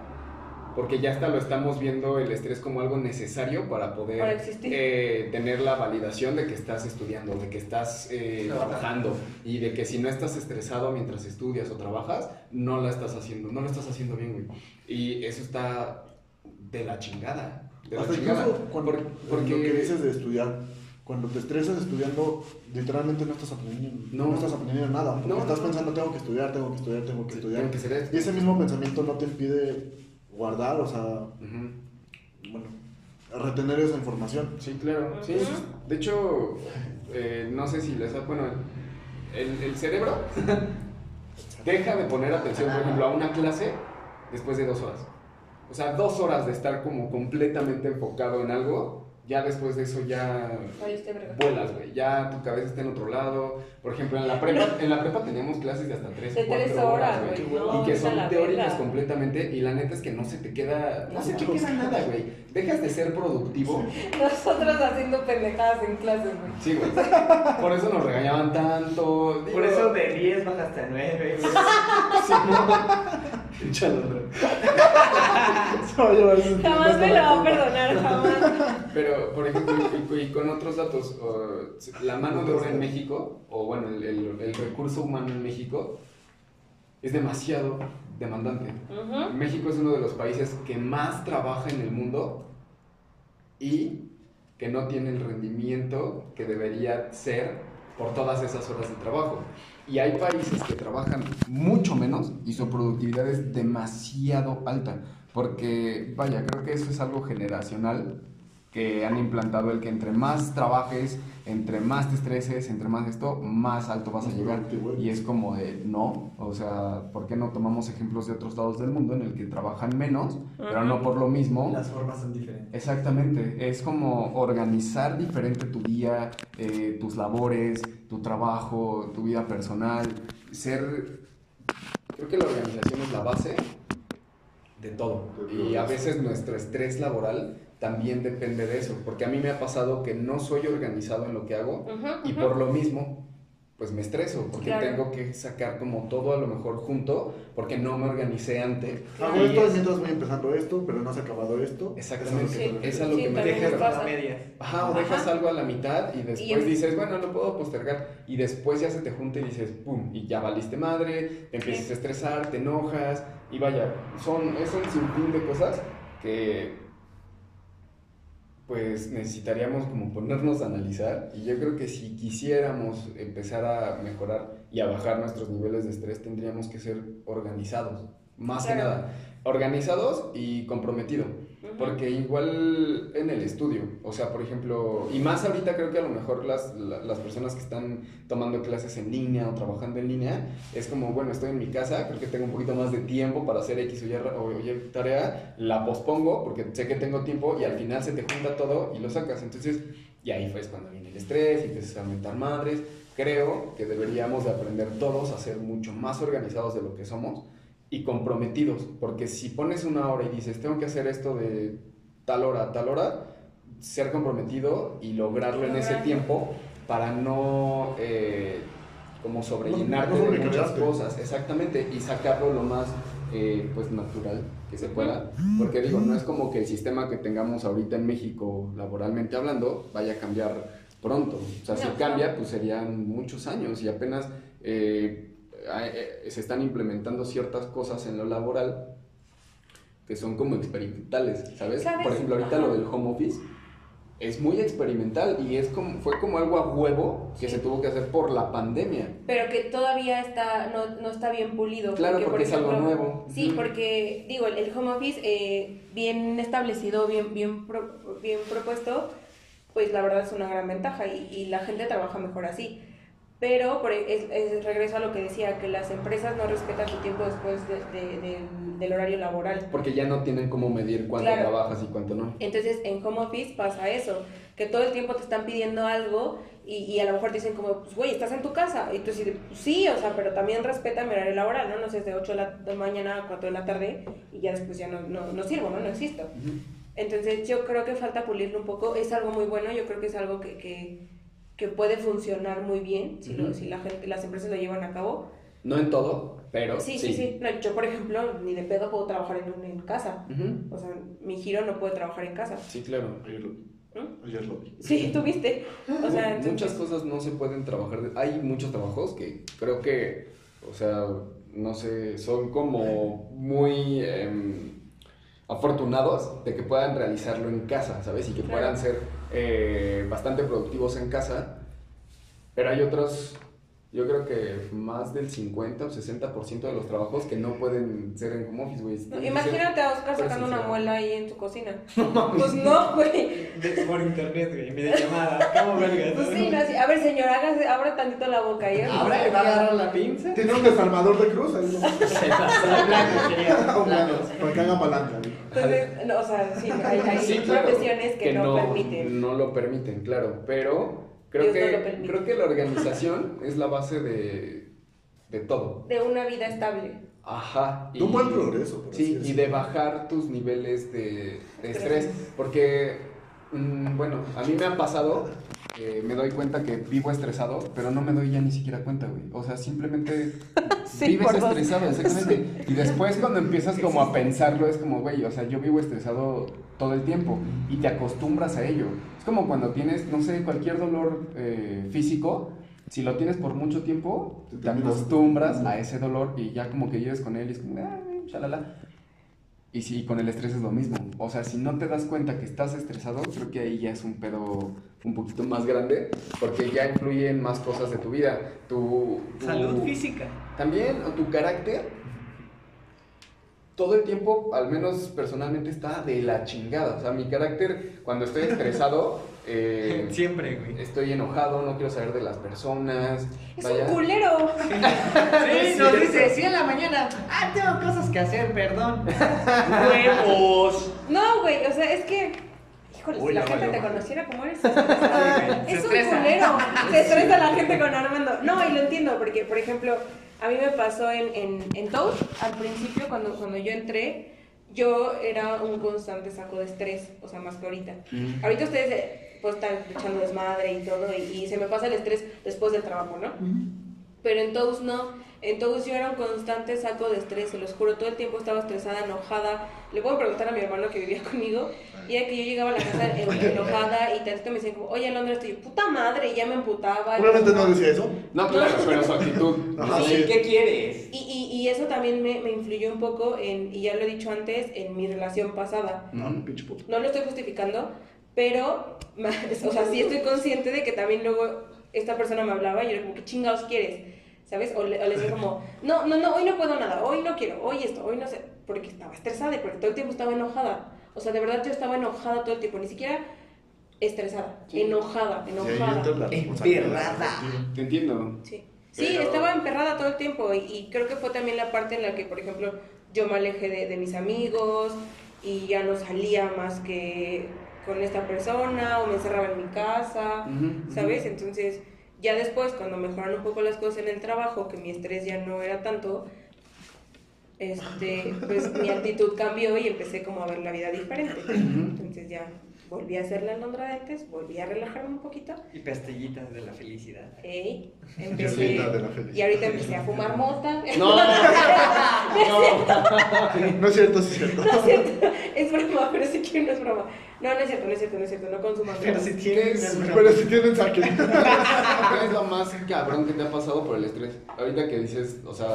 porque ya hasta lo estamos viendo el estrés como algo necesario para poder
Para existir.
eh, tener la validación de que estás estudiando, de que estás eh, trabajando y de que si no estás estresado mientras estudias o trabajas, no la estás haciendo, no lo estás haciendo bien, güey. Y eso está de la chingada. De la
Hasta
chingada.
incluso cuando,
Por-
porque... lo que dices de estudiar, cuando te estresas estudiando, literalmente no estás aprendiendo, no,
No.
estás aprendiendo nada, porque
No, no,
estás
no.
pensando tengo que estudiar, tengo que estudiar, tengo que
Tiene
estudiar.
que ser esto.
Y ese mismo pensamiento no te impide guardar, o sea,
Ujú.
bueno, retener esa información.
Sí, claro. Sí.
Ujú.
De hecho, eh, no sé si les ha... Bueno, el, el cerebro deja de poner atención, por ejemplo, a una clase después de dos horas. O sea, dos horas de estar como completamente enfocado en algo, Ya después de eso ya
Valiste verga.
vuelas, güey. Ya tu cabeza está en otro lado. Por ejemplo, en la prepa, en la prepa teníamos clases de hasta 3
De tres horas, güey, no,
y que
vete a la
son teóricas
verga.
completamente y la neta es que no se te queda, no se te queda nada, güey. Dejas de ser productivo.
Nosotros haciendo pendejadas en clases, güey.
Sí, güey. Por eso nos regañaban
Por
tanto. Digo,
eso de 10 baja hasta 9, güey.
Échalo, güey. Se va a llevar sus
Jamás
culpas
me
a
lo
la
va a
compa.
perdonar, jamás.
Pero, por ejemplo, y- y, y con otros datos, uh, la mano de obra en México, o bueno, el, el- el recurso humano en México, es demasiado demandante.
Ujú.
México es uno de los países que más trabaja en el mundo y que no tiene el rendimiento que debería ser por todas esas horas de trabajo. Y hay países que trabajan mucho menos y su productividad es demasiado alta. Porque, vaya, creo que eso es algo generacional que han implantado el que entre más trabajes, entre más te estreses, entre más esto, más alto vas a
Más
llegar.
productivo eres.
Y es como de, no, o sea, ¿por qué no tomamos ejemplos de otros lados del mundo en el que trabajan menos, pero no por lo mismo?
Las formas son diferentes.
Exactamente, es como organizar diferente tu día, eh, tus labores, tu trabajo, tu vida personal, ser... Creo que la organización es la base de todo. Y a veces nuestro estrés laboral también depende de eso, porque a mí me ha pasado que no soy organizado en lo que hago
Ujú,
y
ujú.
por lo mismo pues me estreso porque
Claro.
tengo que sacar como todo a lo mejor junto porque no me organicé antes.
Hago
Ah, Y
esto,
es-
mientras voy empezando esto, pero no has acabado esto.
Exactamente,
Eso es lo que te
es
refieres.
a lo
Sí,
que me
también
deja
nos
de-
pasa.
Las medias.
Ajá, o dejas
Ajá.
alves algo a la mitad y después
es-
dices, bueno, no puedo postergar. Y después ya se te junta y dices, pum, y ya valiste madre, te empiezas
Sí.
a estresar, te enojas, y vaya, son, es un sinfín de cosas que pues necesitaríamos como ponernos a analizar y yo creo que si quisiéramos empezar a mejorar y a bajar nuestros niveles de estrés tendríamos que ser organizados, más que
Claro.
nada, organizados y comprometidos.
Ujú.
Porque igual en el estudio, o sea, por ejemplo, y más ahorita creo que a lo mejor las, la- las personas que están tomando clases en línea o trabajando en línea, es como, bueno, estoy en mi casa, creo que tengo un poquito más de tiempo para hacer X o Y, ra- o Y tarea, la pospongo porque sé que tengo tiempo y al final se te junta todo y lo sacas. Entonces, y ahí fue cuando viene el estrés, y empiezas a aumentar madres. Creo que deberíamos de aprender todos a ser mucho más organizados de lo que somos y comprometidos, porque si pones una hora y dices, tengo que hacer esto de tal hora a tal hora, ser comprometido y lograrlo en ese
Lograrlo.
tiempo para no eh, como sobrellenarte
No- no
de muchas
sobrecargarte.
cosas, exactamente, y sacarlo lo más eh, pues natural que se pueda, porque digo, no es como que el sistema que tengamos ahorita en México laboralmente hablando vaya a cambiar pronto, o sea, si
No,
cambia pues serían muchos años y apenas... eh, a- eh, se están implementando ciertas cosas en lo laboral que son como experimentales, ¿sabes?
¿Sabes?
Por ejemplo, ahorita
Ajá.
lo del home office es muy experimental y es como, fue como algo a huevo que
Sí.
se tuvo que hacer por la pandemia.
pero que todavía está no, no está bien pulido.
Claro, porque es algo nuevo.
Sí,
Ujú.
porque, digo, el- el home office eh, bien establecido, bien, bien, pro- bien propuesto, pues la verdad es una gran ventaja y, y la gente trabaja mejor así. Pero por- e, es, es- regreso a lo que decía, que las empresas no respetan su tiempo después de- de- del- del horario laboral.
Porque ya no tienen cómo medir cuánto
Claro.
trabajas y cuánto no.
Entonces en home office pasa eso, que todo el tiempo te están pidiendo algo y, y a lo mejor te dicen como, pues güey, estás en tu casa. Y tú así de, "Pues, sí, o sea, pero también respeta mi horario laboral, ¿no? No sé, es de 8 de la de mañana a 4 de la tarde y ya después ya no, no, no sirvo, ¿no? No existo. Entonces yo creo que falta pulirlo un poco, es algo muy bueno, yo creo que es algo que, que, que puede funcionar muy bien si, lo-
Ujú.
si la gente, las empresas lo llevan a cabo.
No en todo, pero
Sí, sí, sí. No, yo, por ejemplo, ni de pedo puedo trabajar en, en casa.
Ujú.
O sea, mi giro no puede trabajar en casa.
Sí, claro.
Ayer lo vi.
¿Mm?
Ayer lo vi.
Sí, tú viste. O sea, entonces-
muchas cosas no se pueden trabajar. de- Hay muchos trabajos que creo que, o sea, no sé, son como muy em, afortunados de que puedan realizarlo en casa, ¿sabes? Y que
Claro.
puedan ser eh, bastante productivos en casa. Pero hay otros Yo creo que más del 50 o 60% de los trabajos que no pueden ser en home office, güey. tienen que
Imagínate a Oscar
Pero
sacando
sí,
una
sí.
muela ahí en su cocina. Pues no, güey.
De- por internet, güey, videollamada. ¿Cómo verga?
Pues sí, no, sí. A ver, señor, hágase, abra tantito la boca ¿eh? ahí.
Ahora le va a dar la pinza.
Tiene un desarmador de cruz ahí. ¿no?
Se la saca, sería.
O planos, para que haga palanca. ¿no?
Entonces, no, o sea, sí, hay, hay
Sí, claro,
profesiones que, no, permiten.
no lo permiten, claro. Pero creo
Dios no lo
que,
permite.
creo que la organización es la base de, de todo.
De una vida estable.
Ajá.
De un buen progreso, por así
¿eh? Sí, y
decirlo.
de bajar tus niveles de, de estrés. Porque, mm, bueno, a mí me ha pasado que me doy cuenta que vivo estresado, pero no me doy ya ni siquiera cuenta, güey. O sea, simplemente
Sí,
vives
por dos.
estresado, exactamente. Y después cuando empiezas como a pensarlo, es como, güey, o sea, yo vivo estresado todo el tiempo y te acostumbras a ello. Es como cuando tienes, no sé, cualquier dolor eh, físico. Si lo tienes por mucho tiempo,
Te
te
terminas-
acostumbras a ese dolor y ya como que lleves con él y es como, ah, shalala. Y sí, con el estrés es lo mismo. O sea, si no te das cuenta que estás estresado, creo que ahí ya es un pedo un poquito más grande, porque ya influyen más cosas de tu vida. Tu, tu-
Salud física.
También, o tu carácter. Todo el tiempo, al menos personalmente, está de la chingada. O sea, mi carácter, cuando estoy estresado, eh,
Siempre, güey.
estoy enojado, no quiero saber de las personas.
Es
vaya.
un culero.
Sí, nos dice, sí en la mañana. Ah, tengo cosas que hacer, perdón. Huevos.
No, güey, o sea, es que. Híjole, si
Uy,
la
la
gente
valió,
te
güey.
conociera como eres.
Se
es un
estresa.
culero. Se estresa la gente con Armando. No, y lo entiendo, porque, por ejemplo, a mí me pasó en, en, en Toad, al principio, cuando, cuando yo entré, yo era un constante saco de estrés, o sea, más que ahorita.
Mm.
Ahorita ustedes, eh, pues, están echando desmadre y todo, y, y se me pasa el estrés después del trabajo, ¿no? Pero en todos no. En todos yo era un constante saco de estrés, se los juro. Todo el tiempo estaba estresada, enojada. Le puedo preguntar a mi hermano que vivía conmigo. Y era que yo llegaba a la casa en- enojada y tantito me decían como, oye, Alondra, estoy puta madre. Y ya me emputaba. y-
Probablemente no decía eso.
No, claro, pero su actitud.
Ajá,
Sí,
sí.
¿qué quieres?
Y, y, y eso también me, me influyó un poco en, y ya lo he dicho antes, en mi relación pasada.
No, pinche puto.
No lo estoy justificando, pero, o sea, sí estoy consciente de que también luego esta persona me hablaba y yo era como, ¿qué chingados quieres? ¿Sabes? O le, o le decía como, no, no, no, hoy no puedo nada, hoy no quiero, hoy esto, hoy no sé, porque estaba estresada y porque todo el tiempo estaba enojada. O sea, de verdad yo estaba enojada todo el tiempo, ni siquiera estresada, enojada,
Y ahí
enojada.
entra la
Emperrada.
Te entiendo.
Sí, sí
Pero-
estaba emperrada todo el tiempo y, y creo que fue también la parte en la que, por ejemplo, yo me alejé de, de mis amigos y ya no salía más que con esta persona o me encerraba en mi casa,
Ujú,
¿sabes? Entonces, ya después, cuando mejoraron un poco las cosas en el trabajo, que mi estrés ya no era tanto, este, pues mi actitud cambió y empecé como a ver la vida diferente. Entonces ya volví a hacer la alondra de antes, volví a relajarme un poquito
Y pastillitas de la felicidad.
Ey,
Qué
empecé,
linda de la felicidad.
y ahorita empecé a fumar mota.
No,
Ah,
No es cierto, sí es cierto.
No es cierto, es broma, pero sí que no es broma. No, no es cierto, no es cierto, no es cierto, no consuman
Pero
drogas.
si
¿Qué
tienes.
es?
Pero si tienen saque.
¿Qué es lo más cabrón que te ha pasado por el estrés? Ahorita que dices, o sea,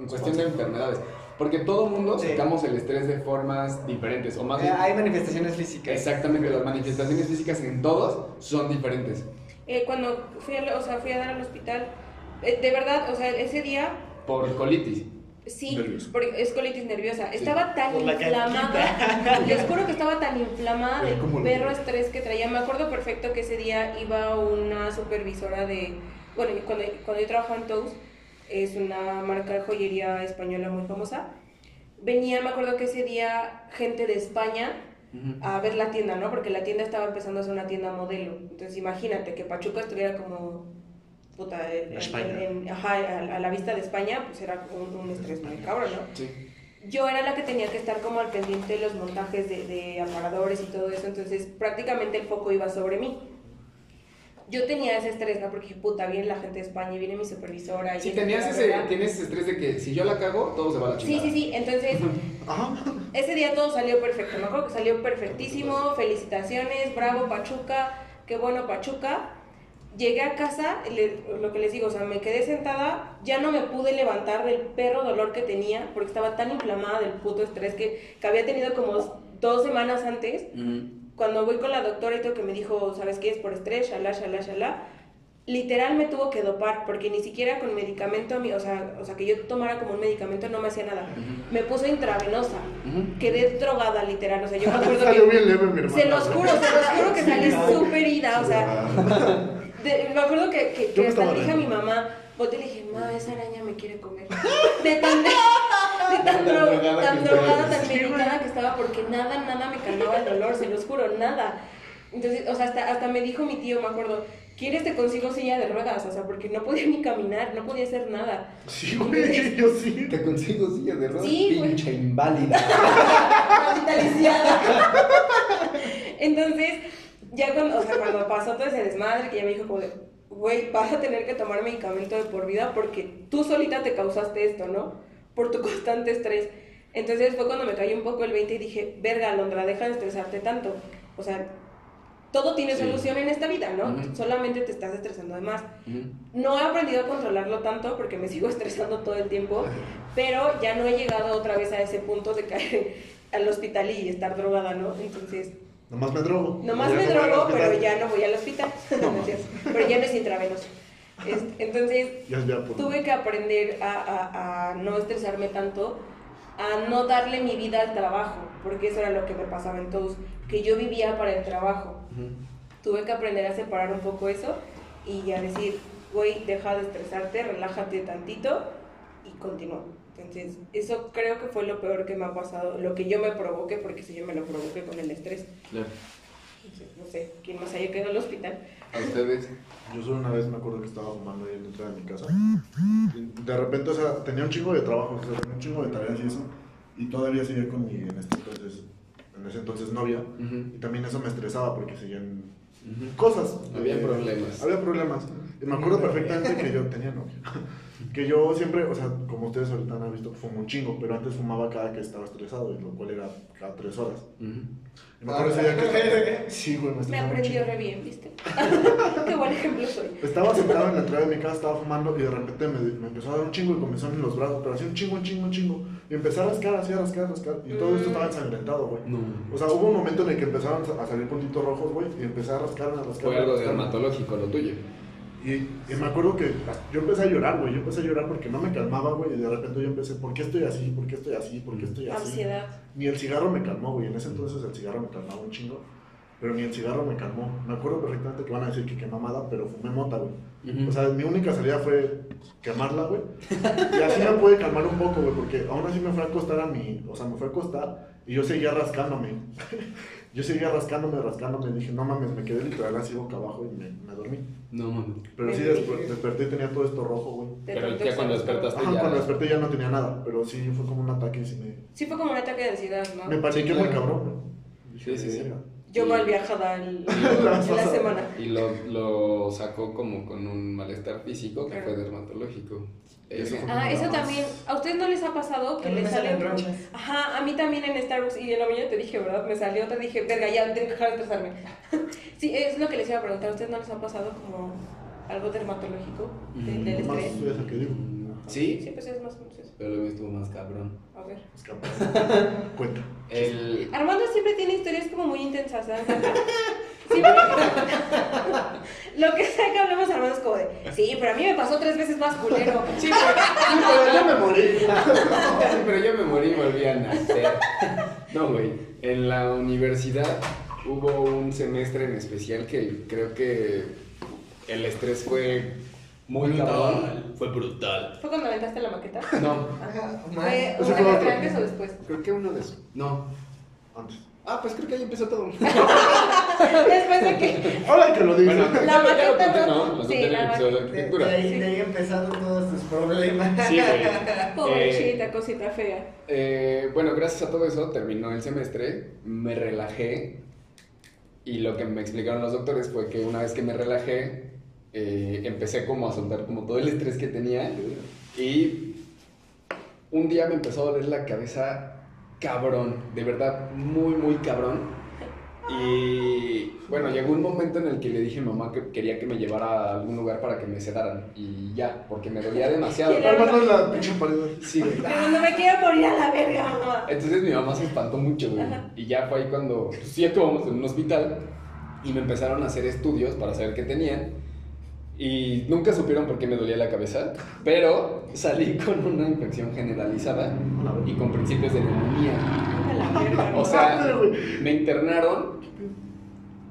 en cuestión de enfermedades. Porque todo mundo
Sí.
sacamos el estrés de formas diferentes. O más
Eh, Hay manifestaciones físicas.
exactamente, las manifestaciones físicas en todos son diferentes.
Eh, cuando fui a, o sea, fui a dar al hospital, eh, de verdad, o sea, ese día
Por colitis.
Sí,
Nervioso.
porque es colitis nerviosa. Estaba tan
Por la
inflamada, les juro que estaba tan inflamada
Era
del
como lo-
perro estrés que traía. Me acuerdo perfecto que ese día iba una supervisora de, bueno, cuando, cuando yo trabajaba en Tous, es una marca de joyería española muy famosa. Venía, me acuerdo que ese día gente de España a ver la tienda, ¿no? Porque la tienda estaba empezando a ser una tienda modelo. Entonces imagínate que Pachuca estuviera como puta, en- en-
España.
en- ajá, a, a la vista de España, pues era un, un estrés muy cabrón, ¿no?
Sí.
Yo era la que tenía que estar como al pendiente de los montajes de, de aparadores y todo eso, entonces prácticamente el foco iba sobre mí. Yo tenía ese estrés, ¿no? Porque dije, puta, viene la gente de España y viene mi supervisora. y
Si
esto,
tenías
bla,
ese,
bla, bla.
tienes ese estrés de que si yo la cago, todo se va a la
Sí,
chingada.
sí, sí, entonces
Ah,
Ajá.
ese día todo salió perfecto, me acuerdo que salió perfectísimo, felicitaciones, bravo Pachuca, qué bueno Pachuca. Llegué a casa, le- lo que les digo, o sea, me quedé sentada, ya no me pude levantar del perro dolor que tenía, porque estaba tan inflamada del puto estrés que, que había tenido como dos semanas antes.
Ujú.
Cuando voy con la doctora y todo que me dijo, ¿sabes qué? Es por estrés, shalá, shalá, shalá. literal me tuvo que dopar porque ni siquiera con medicamento, a mí- o sea, o sea, que yo tomara como un medicamento no me hacía nada. Me puso intravenosa. Quedé drogada, literal. O sea, yo me acuerdo
Salió
que...
bien leve, mi hermano.
Se los juro, se los juro que salí súper ida, o sea, de- me acuerdo que, que,
Yo
que
me
hasta
estaba
le dije a mi
riendo.
mamá, vos te dije, ma, esa araña me quiere comer. De tan, de tan,
Tan
dro-
drogada
tan
que
drogada,
estaba.
tan medicada que estaba, porque nada, nada me calmaba el dolor, se los juro, nada. Entonces, o sea, hasta, hasta me dijo mi tío, me acuerdo, ¿quieres te consigo silla de ruedas? O sea, porque no podía ni caminar, no podía hacer nada.
Sí, güey, yo sí.
Te consigo silla de ruedas.
Sí, güey.
pinche inválida.
Maldita lisiada. Entonces, ya cuando, o sea, cuando pasó todo ese desmadre, que ya me dijo como de, güey, vas a tener que tomar medicamento de por vida porque tú solita te causaste esto, ¿no? Por tu constante estrés. Entonces fue cuando me cayó un poco el 20 y dije, verga, Alondra, deja de estresarte tanto. O sea, todo tiene
Sí.
solución en esta vida, ¿no?
Ujú.
Solamente te estás estresando de más.
Ujú.
No he aprendido a controlarlo tanto porque me sigo estresando todo el tiempo, pero ya no he llegado otra vez a ese punto de caer al hospital y estar drogada, ¿no? Entonces,
Nomás me drogo.
nomás
Ya
me
no voy al
drogo,
hospital.
pero ya no voy al hospital. Gracias. pero ya no es intravenoso. Este, entonces,
Ya es pues. de apuro.
tuve que aprender a, a- a no estresarme tanto, a no darle mi vida al trabajo, porque eso era lo que me pasaba en todos, que yo vivía para el trabajo. Tuve que aprender a separar un poco eso y a decir, güey, deja de estresarte, relájate tantito y continúa. Entonces, eso creo que fue lo peor que me ha pasado, lo que yo me provoqué, porque si yo me lo provoqué con el estrés.
Claro.
Entonces, no sé, quién más haya quedado al hospital.
A ustedes.
Yo solo una vez me acuerdo que estaba fumando ahí en la entrada de mi casa. Y De repente, o sea, tenía un chingo de trabajo, o sea, tenía un chingo de tareas y eso. Y todavía seguía con mi, en, este entonces, en ese entonces, novia.
Ujú.
Y también eso me estresaba porque seguían
Ujú.
cosas.
Había
Eh,
problemas.
Había problemas. Y me acuerdo perfectamente que yo tenía novia. Que yo siempre, o sea, como ustedes ahorita han visto, fumo un chingo, pero antes fumaba cada que estaba estresado, y lo cual era cada tres horas.
Ujú.
Y me acuerdo ese día que... Sí, güey, me
Me
estresaba un
aprendió
chingo.
re bien, ¿viste? Qué buen ejemplo soy.
Estaba sentado en la entrada de mi casa, estaba fumando y de repente me, me empezó a dar un chingo y comenzó en los brazos, pero así un chingo, un chingo, un chingo. Y empecé a rascar, así a rascar, a rascar. Y todo esto estaba ensangrentado, güey.
No.
O sea, hubo un momento en el que empezaron a salir puntitos rojos, güey, y empecé a rascar, a rascar.
Fue
a
algo
rascar.
dermatológico lo tuyo.
Y, y me acuerdo que yo empecé a llorar, güey. Yo empecé a llorar porque no me calmaba, güey. Y de repente yo empecé, ¿por qué estoy así? ¿Por qué estoy así? ¿Por qué estoy así?
Ansiedad.
Ni el cigarro me calmó, güey. En ese entonces el cigarro me calmaba un chingo. Pero ni el cigarro me calmó. Me acuerdo perfectamente que van a decir que qué mamada, pero fumé mota, güey.
Ujú.
O sea, mi única salida fue quemarla, güey. Y así me pude calmar un poco, güey, porque aún así me fue a acostar a mi. O sea, me fue a acostar y yo seguía rascándome. Yo seguía rascándome, rascándome. Dije, no mames, me quedé literal así boca abajo y me, me dormí.
No mames.
Pero sí, desper- desperté y tenía todo esto rojo, güey.
Te
Pero
tocó
ya cuando
el cerebro.
despertaste
Ajá,
ya.
cuando desperté ya no tenía nada, pero sí fue como un ataque y sí me,
Sí fue como un ataque de ansiedad, ¿no?
me paniqué muy
claro.
cabrón. güey. Dije,
Sí, sí, sí.
"Verga".
Yo mal viajada el- en la semana.
Y lo, lo sacó como con un malestar físico que
Claro.
fue dermatológico.
Eso
Eh,
fue.
Ah, eso también. ¿A ustedes no les ha pasado que
A mí
les
me
salen
salen ronchas.
Ajá, a mí también en Starbucks y en la mañana te dije, ¿verdad? Me salió, te dije, verga, ya tengo que dejar de estresarme. sí, es lo que les iba a preguntar. ¿A ustedes no les ha pasado como algo dermatológico de-
Mm,
del
Lo más
estrés?
es el que digo.
Sí,
Sí, pues es más o menos eso.
pero lo mío estuvo más cabrón.
A ver.
Es capaz. pues, Cuenta.
El,
Armando siempre tiene historias como muy intensas, ¿eh? ¿sabes? Siempre lo que sea que hablemos Armando es como de, sí, pero a mí me pasó tres veces más culero.
Sí, pero yo me morí. Sí, pero yo me morí y volví a nacer. No, güey. En la universidad hubo un semestre en especial que creo que el estrés fue muy cabrón. Fue brutal.
¿Fue cuando aventaste la maqueta?
No,
¿Fue
Eso
un
fue
año
otro.
antes o después?
creo que uno de esos. No.
Antes.
Ah, pues creo que ahí empezó todo.
Después de que
Ahora que lo digo.
Bueno,
La
ya lo
maqueta
conté,
no-
¿no? Lo
sí,
conté en el
la
episodio de
De,
arquitectura.
de ahí, de ahí empezaron todos tus problemas.
Sí, güey.
Pobrecita,
Eh,
cosita fea.
Eh, bueno, gracias a todo eso terminó el semestre, me relajé y lo que me explicaron los doctores fue que una vez que me relajé, eh, empecé como a soltar como todo el estrés que tenía y un día me empezó a doler la cabeza cabrón, de verdad, muy, muy cabrón. Y bueno, llegó un momento en el que le dije a mi mamá que quería que me llevara a algún lugar para que me sedaran y ya, porque me dolía demasiado.
Armando es la pinche pared.
Sí, güey.
Pero no me quiero morir a la verga, mamá.
Entonces mi mamá se espantó mucho, güey.
Ajá.
Y ya fue ahí cuando pues, sí acabamos en un hospital y me empezaron a hacer estudios para saber qué tenía. y nunca supieron por qué me dolía la cabeza, pero salí con una infección generalizada y con principios de neumonía.
Vete a la verga,
O
güey.
sea,
Madre, güey.
me internaron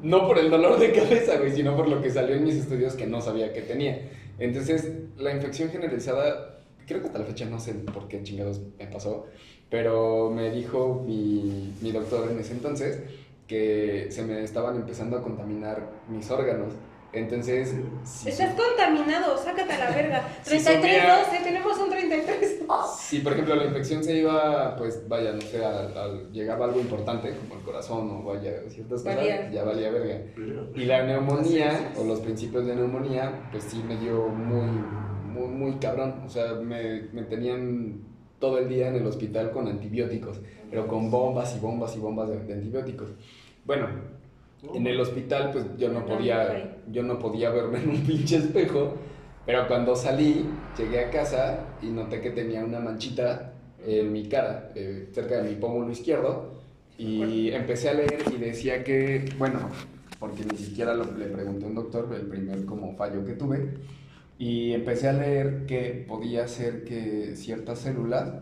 no por el dolor de cabeza, güey, sino por lo que salió en mis estudios que no sabía que tenía. Entonces, la infección generalizada, creo que hasta la fecha no sé por qué chingados me pasó, pero me dijo mi, mi doctor en ese entonces que se me estaban empezando a contaminar mis órganos. Entonces, si,
Estás contaminado, sácate a la verga.
Si
33-12, tenemos un 33.
si, por ejemplo la infección se iba, pues vaya, no sé, a- a- llegaba algo importante como el corazón o vaya, ciertas cosas,
Valía.
ya valía verga. Y la neumonía, o los principios de neumonía, pues sí me dio muy, muy, muy cabrón. O sea, me, me tenían todo el día en el hospital con antibióticos, pero con bombas y bombas y bombas de, de antibióticos. Bueno,
Oh.
en el hospital pues yo no
No,
podía, yo no podía verme en un pinche espejo, pero cuando salí, llegué a casa y noté que tenía una manchita en mi cara, eh, cerca de mi pómulo izquierdo, y empecé a leer y decía que, bueno, porque ni siquiera lo- le pregunté a un doctor, el primer como fallo que tuve, y empecé a leer que podía ser que ciertas células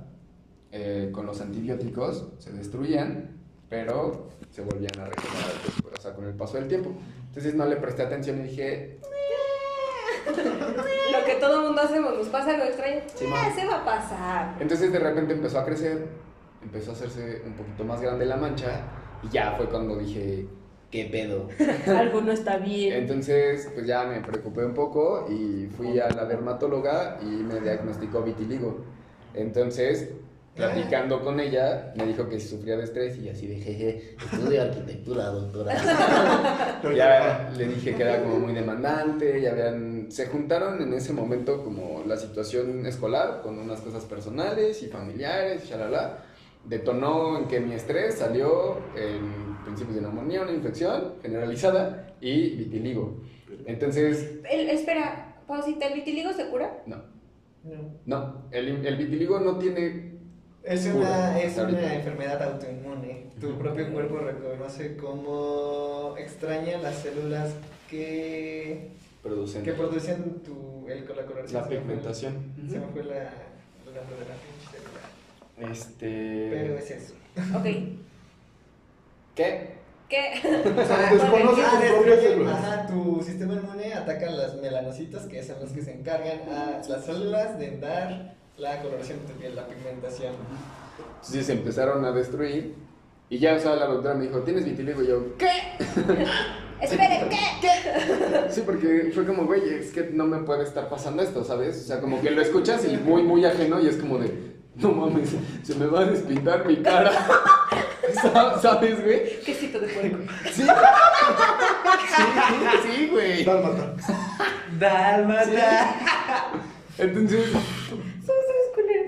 eh, con los antibióticos se destruían, pero se volvían a regenerar después, o sea, con el paso del tiempo. Entonces no le presté atención y dije,
Lo que todo mundo hacemos, nos pasa algo extraño.
Sí,
ah,
ma.
se va a pasar.
entonces de repente empezó a crecer, empezó a hacerse un poquito más grande la mancha, y ya fue cuando dije, ¿qué pedo?
Algo no está bien.
Entonces, pues ya me preocupé un poco y fui a la dermatóloga y me diagnosticó vitiligo. Entonces, platicando con ella, me dijo que sufría de estrés y así de jeje, estudio arquitectura, doctora. ya le dije que era como muy demandante, ya habían. Se juntaron en ese momento como la situación escolar con unas cosas personales y familiares, shalala. Detonó en que mi estrés salió en principios de neumonía, una infección generalizada y vitiligo. Entonces,
El- espera, pausita, ¿el vitiligo se cura?
no,
No.
no, el, el vitiligo no tiene.
Es
Cura,
una, es
ahorita.
una enfermedad autoinmune. Tu propio cuerpo reconoce como extraña las células que,
Producen
que producen tu, el, la coloración.
la
Se me fue
pigmentación.
Se me fue la, la palabra, pinche célula. Pero
Este.
es eso.
Ok.
¿Qué?
¿Qué?
O sea, desconoce
Ah,
tus
es
propias
que,
células.
Ajá, tu sistema inmune ataca las melanocitas, que son las que se encargan a las células de dar la coloración de tu piel, la pigmentación.
Entonces Pues se empezaron a destruir. Y ya, o sea, la doctora me dijo, ¿tienes vitiligo? Y yo,
Espere, ¿qué?
Sí, porque fue como, güey, es que no me puede estar pasando esto, ¿sabes? O sea, como que lo escuchas y muy, muy ajeno y es como de, no mames, se me va a despintar mi cara. Sa- ¿Sabes, güey?
Quesito de puerco.
Sí. Sí, sí, güey.
Dálmata.
Dálmata.
Entonces,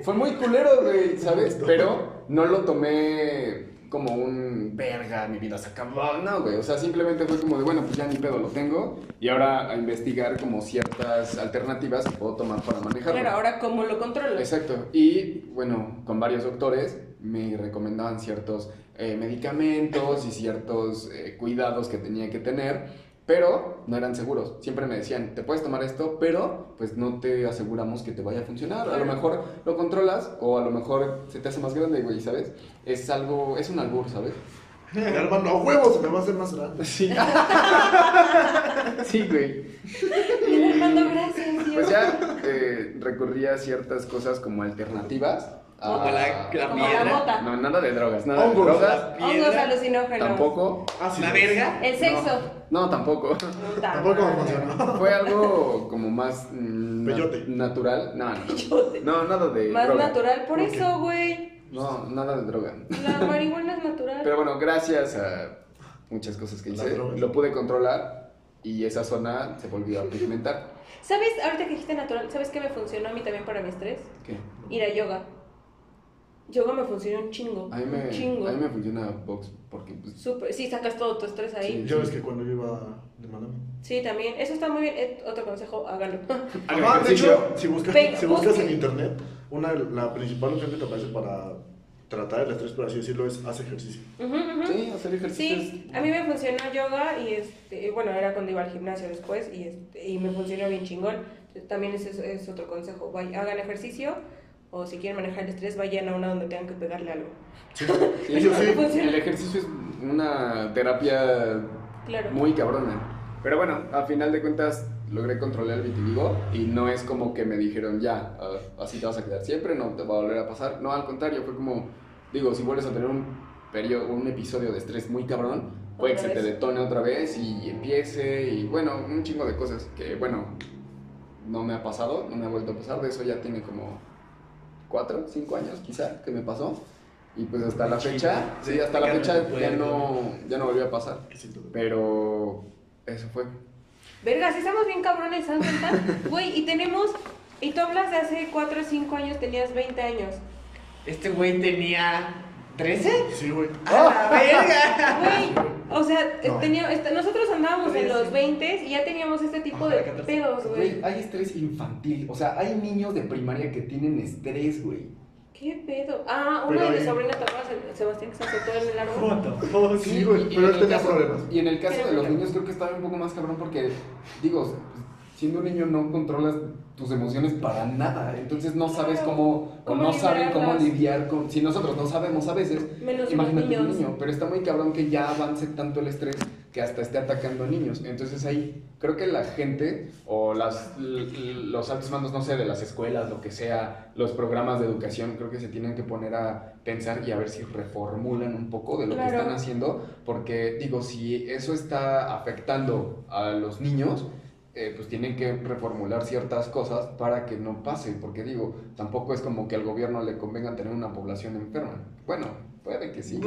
fue muy culero, güey, ¿sabes? Pero no lo tomé como un verga, mi vida se acabó. No, güey, o sea, simplemente fue como de, bueno, pues ya ni pedo lo tengo y ahora a investigar como ciertas alternativas que puedo tomar para manejarlo.
Claro, ahora cómo lo controlo.
Exacto. Y bueno, con varios doctores me recomendaban ciertos eh, medicamentos y ciertos eh, cuidados que tenía que tener, pero no eran seguros. Siempre me decían, te puedes tomar esto, pero pues no te aseguramos que te vaya a funcionar. A lo mejor lo controlas o a lo mejor se te hace más grande, güey, ¿sabes? Es algo, es un albur, ¿sabes?
El hermano, a huevo, se me va a hacer más grande.
Sí. sí, güey.
Mira, Armando, gracias, Dios.
Pues ya eh, recurría a ciertas cosas como alternativas.
Como la-
a-
la
Ah, Como la mota.
No, nada de drogas, nada
Hongos.
de drogas.
Hongos alucinógenos.
Tampoco.
Ah,
Ácido.
¿La verga?
El sexo.
No, tampoco.
Puta
Tampoco me
madre.
funcionó.
Fue algo como más mm, na-
Peyote.
natural. No, no. No, nada de
Más
Eh, droga.
natural, por
Ok.
eso, güey.
No, nada de droga.
La marihuana es natural.
Pero bueno, gracias a muchas cosas que
Las
hice,
drogas.
lo pude controlar y esa zona se volvió a pigmentar.
¿Sabes? Ahorita que dijiste natural, ¿sabes qué me funcionó a mí también para mi estrés?
¿Qué?
Ir a yoga. Yoga me funcionó un chingo.
A mí me,
un chingo.
a mí me funciona Vox porque pues,
Súper- sí, sacas todo tu estrés ahí.
Ya ves que cuando yo iba de Manama.
Sí, también. Eso está muy bien. Eh, otro consejo, hágalo.
hagan
Ah, de
ejercicio.
hecho, si buscas,
Pe-
si buscas
busque.
en internet, una, la principal opción que te aparece para tratar el estrés, por así decirlo, es haz ejercicio.
Ujú, ujú.
Sí, hacer ejercicios.
Sí, a mí me funcionó yoga y este, bueno, era cuando iba al gimnasio después y, este, y me funcionó bien chingón. Entonces, También ese es, es otro consejo, Vay- hagan ejercicio o si quieren manejar el estrés, vayan a una donde tengan que pegarle algo.
Sí,
Sí,
eso
el-
sí.
El ejercicio es una terapia
Claro.
muy cabrona. Pero bueno, a final de cuentas logré controlar el vitiligo y no es como que me dijeron ya, ah, así te vas a quedar siempre, no te va a volver a pasar. No, al contrario, fue como, digo, si vuelves a tener un periodo, un episodio de estrés muy cabrón, puede que se
Otra
te
vez.
detone otra vez y empiece y bueno, un chingo de cosas que bueno, no me ha pasado, no me ha vuelto a pasar, de eso ya tiene como cuatro, cinco años quizá que me pasó. Y pues hasta la fecha, sí, hasta la fecha ya no, ya no volvió a pasar.
Qué siento, güey.
Pero eso fue.
Verga, si estamos bien cabrones, ¿se dan cuenta? Güey, y tenemos, y tú hablas de hace 4 o 5 años, tenías 20 años.
Este güey tenía 13.
Sí, güey.
Ah,
¡A la verga!
Güey, o sea, eh,
No.
tenía- esta- nosotros andábamos en
Sí,
los
sí.
20 y ya teníamos este tipo
Ajá,
de
14.
pedos, güey.
Güey, hay estrés infantil. O sea, hay niños de primaria que tienen estrés, güey.
¿Qué pedo? Ah, una
Pero
de mis
ahí-
sobrinas tocaba a Sebastián que se azotó en el árbol.
Sí, güey, pero
en
él
el
tenía
caso-
problemas.
Y en el caso de los niños creo que estaba un poco más cabrón porque, digo, siendo un niño no controlas tus emociones para nada. Entonces no sabes cómo, o
¿Cómo
no saben cómo
liberarlas?
lidiar con... Si nosotros no sabemos a veces,
Menos los
Imagínate
niños.
un niño, pero está muy cabrón que ya avance tanto el estrés que hasta esté atacando a niños. Entonces ahí creo que la gente o las, l- l- los altos mandos, no sé, de las escuelas, lo que sea, los programas de educación, creo que se tienen que poner a pensar y a ver si reformulan un poco de lo que
Claro.
están haciendo, porque digo, si eso está afectando a los niños, eh, pues tienen que reformular ciertas cosas para que no pase, porque digo, tampoco es como que al gobierno le convenga tener una población enferma. Bueno, puede que sí.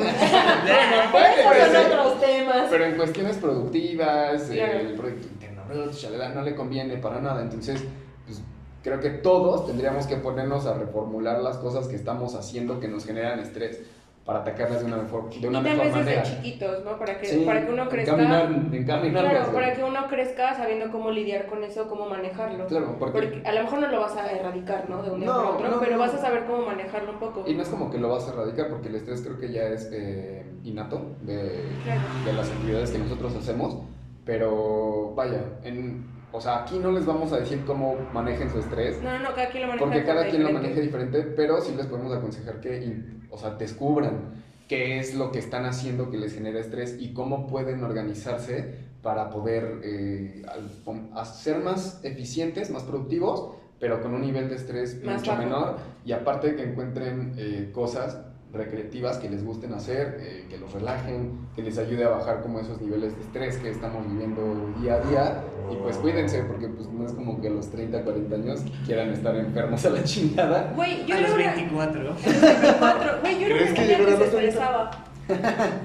Esos
Pero sí.
son otros temas.
Ah, Pero en cuestiones productivas, eh,
Claro.
el proyecto interno bruto, shalala, no le conviene para nada. Entonces, pues, creo que todos tendríamos que ponernos a reformular las cosas que estamos haciendo que nos generan estrés para atacarlas de una mejor, de una
y tal
mejor
vez
manera.
desde chiquitos, ¿no? Para que,
Sí,
para que uno crezca.
encaminar- encaminarlas,
Claro,
güey.
para que uno crezca sabiendo cómo lidiar con eso, cómo manejarlo.
Claro, porque-
Porque a lo mejor no lo vas a erradicar, ¿no? De un día
No,
para otro,
no,
pero
no.
vas a saber cómo manejarlo un poco.
Y no es como que lo vas a erradicar, porque el estrés creo que ya es eh, innato de,
Claro.
de las actividades que nosotros hacemos. Pero vaya, en, o sea, aquí no les vamos a decir cómo manejen su estrés.
No, no, no, cada quien lo maneja.
Porque
de
cada
forma
quien lo
diferente.
maneja diferente, pero sí les podemos aconsejar que, in- o sea, descubran qué es lo que están haciendo que les genera estrés y cómo pueden organizarse para poder eh, al- com- a- ser más eficientes, más productivos, pero con un nivel de estrés
Más
mucho
bajo.
menor. Y aparte que encuentren eh, cosas recreativas que les gusten hacer, eh, que los relajen, que les ayude a bajar como esos niveles de estrés que estamos viviendo día a día. Y pues cuídense, porque pues no es como que a los 30, 40 años quieran estar enfermos a la chingada.
Güey, yo
A los
logré-
24.
cuatro. Güey, yo no era
¿Crees que
una niña
llegará
que se
a los treinta?
estresaba.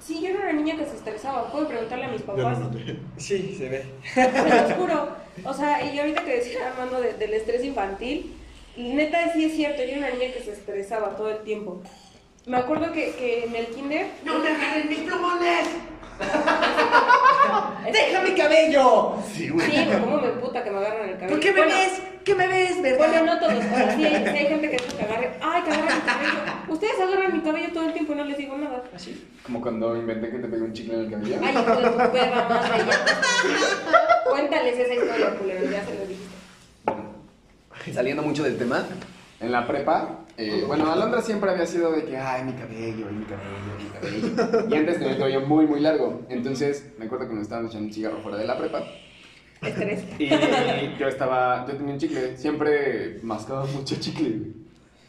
Sí, yo no era una niña que se estresaba. Puedo preguntarle a mis
Ya
papás.
lo noté.
Sí, se ve.
Se los juro. O sea, y ahorita que decía Armando de- del estrés infantil, neta sí es cierto, yo era una niña que se estresaba todo el tiempo. Me acuerdo que, que en el kinder...
¡No me agarren mis plumones!
¡Deja
mi cabello!
Sí, güey.
Sí, güey, cómo me puta que me agarran el cabello.
¿Por qué me
Bueno,
ves? ¿Qué me ves,
Bueno,
verdad?
no todos, o sea, sí hay, sí hay gente que dice que agarre, ay, que agarre mi cabello. Ustedes agarran mi cabello todo el tiempo y no les digo nada.
¿Ah,
Como cuando inventé que te pegué un chicle en el cabello.
Ay, hijo de tu perra madre, ya. Cuéntales esa historia, culero, ya se lo dije.
Saliendo mucho del tema, en la prepa, eh, bueno, Alondra siempre había sido de que, ay, mi cabello, ay, mi cabello, mi cabello. Y antes tenía el cabello muy, muy largo. Entonces, me acuerdo que nos estábamos echando un cigarro fuera de la prepa.
Estrés.
Y yo estaba, yo tenía un chicle, siempre mascaba mucho chicle. güey.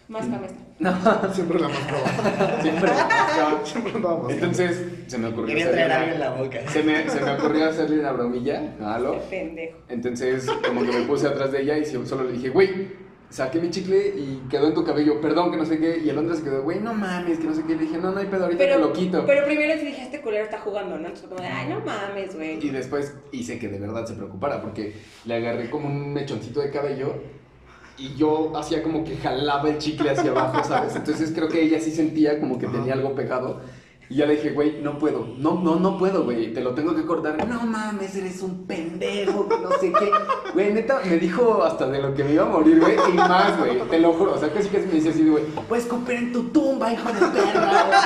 Más cabeza.
Siempre la mascaba.
Siempre mascaba.
Siempre andaba mascaba.
Entonces, se me ocurrió
Quería
hacerle
traer algo
una-
en la boca.
se me, se me ocurrió hacerle una bromilla a Alo.
Pendejo.
Entonces, como que me puse atrás de ella y solo le dije, güey, saqué mi chicle y quedó en tu cabello, perdón, que no sé qué. Y Alondra se quedó, güey, no mames, que no sé qué. Le dije, no, no hay pedo, ahorita te lo quito.
pero primero sí dije, este culero está jugando, ¿no? Entonces, como, de, ay, no mames, güey.
Y después hice que de verdad se preocupara porque le agarré como un mechoncito de cabello y yo hacía como que jalaba el chicle hacia abajo, ¿sabes? Entonces creo que ella sí sentía como que tenía algo pegado. Y yo le dije, güey, no puedo, no, no, no puedo, güey, te lo tengo que cortar. No mames, eres un pendejo, que no sé qué. Güey, neta, me dijo hasta de lo que me iba a morir, güey, y más, güey, te lo juro. O sea, casi casi me dice así, de, güey, puedes comer en tu tumba, hijo de perra. güey.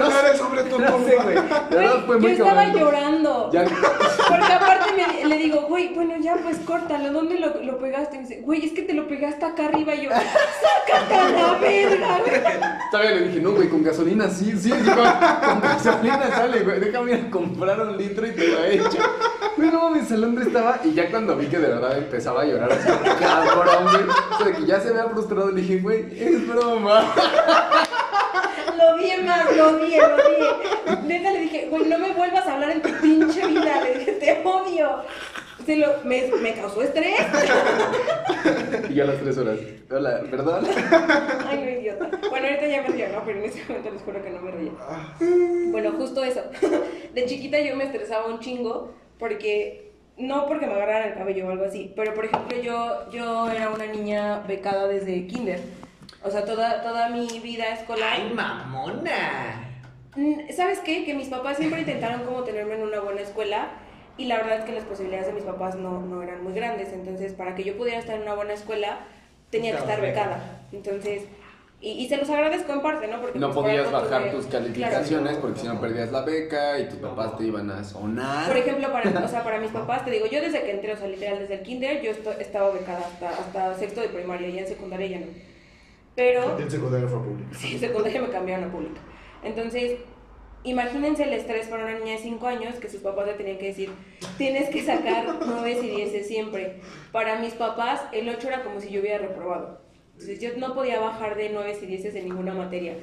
Bueno, eres sobre tu
No sé, güey. La verdad fue
Güey, Yo
muy
estaba
cabrón.
llorando.
Ya,
Porque aparte me- le digo, güey, bueno, ya pues córtalo, ¿dónde lo, lo pegaste? Y me dice, güey, es que te lo pegaste acá arriba. Y yo, sácate a la verga, güey.
todavía le dije, no, güey, con gasolina sí, sí, sí, con, con gasolina sale, güey, déjame ir a comprar un litro y te lo he hecho. Güey, no mames, el hombre estaba, y ya cuando vi que de verdad empezaba a llorar así, cabrón, güey, o sea, de que ya se había frustrado, le dije, güey, es broma.
Lo vi, más, lo vi, lo vi. Neta le dije, güey, no me vuelvas a hablar en tu pinche vida. Le dije, te odio. Se lo, me, me causó estrés.
Y ya a las tres horas, hola, ¿verdad?
Ay, no, idiota. Bueno, ahorita ya me río, ¿no? Pero en ese momento les juro que no me reía. Bueno, justo eso. De chiquita yo me estresaba un chingo porque, no porque me agarraran el cabello o algo así, pero por ejemplo yo, yo era una niña becada desde kinder. O sea, toda, toda mi vida escolar.
¡Ay, mamona!
Mm, ¿Sabes qué? Que mis papás siempre intentaron como tenerme en una buena escuela y la verdad es que las posibilidades de mis papás no, no eran muy grandes. Entonces, para que yo pudiera estar en una buena escuela, tenía que estar
Estabas
becada. Entonces, y, y se los agradezco en parte, ¿no? Porque
No
pues, por
podías
algo
bajar
tuve-
tus
Claro.
calificaciones porque si no perdías la beca y tus papás te iban a sonar.
Por ejemplo, para, o sea, para mis papás, te digo, yo desde que entré, o sea, literal, desde el kinder, yo esto- estaba becada hasta, hasta sexto de primaria, ya en secundaria ya no. Pero...
En secundaria fue público.
Sí, en secundaria me cambiaron a pública. Entonces, imagínense el estrés para una niña de 5 años que sus papás le tenían que decir, tienes que sacar 9 y 10 siempre. Para mis papás, el 8 era como si yo hubiera reprobado. Entonces, yo no podía bajar de 9 y 10 en ninguna materia.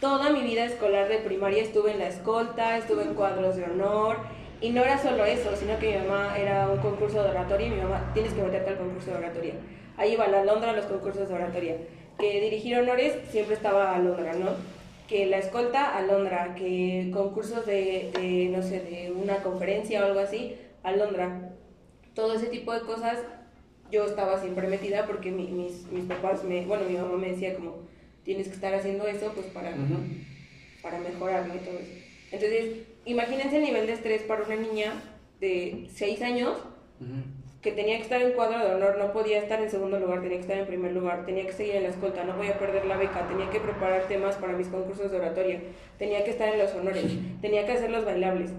Toda mi vida escolar de primaria estuve en la escolta, estuve en cuadros de honor. Y no era solo eso, sino que mi mamá era un concurso de oratoria y mi mamá, tienes que meterte al concurso de oratoria. Ahí iba la Londra a los concursos de oratoria. Que dirigir honores siempre estaba Alondra, ¿no? Que la escolta, Alondra. Que concursos de, de, no sé, de una conferencia o algo así, Alondra. Todo ese tipo de cosas yo estaba siempre metida porque mi- mis, mis papás, me, bueno, mi mamá me decía como, tienes que estar haciendo eso pues para
Ujú.
para mejorar, ¿no? Y todo eso. Entonces, imagínense el nivel de estrés para una niña de 6 años
Ujú.
que tenía que estar en cuadro de honor, no podía estar en segundo lugar, tenía que estar en primer lugar, tenía que seguir en la escolta, no podía perder la beca, tenía que preparar temas para mis concursos de oratoria, tenía que estar en los honores, tenía que hacer los bailables.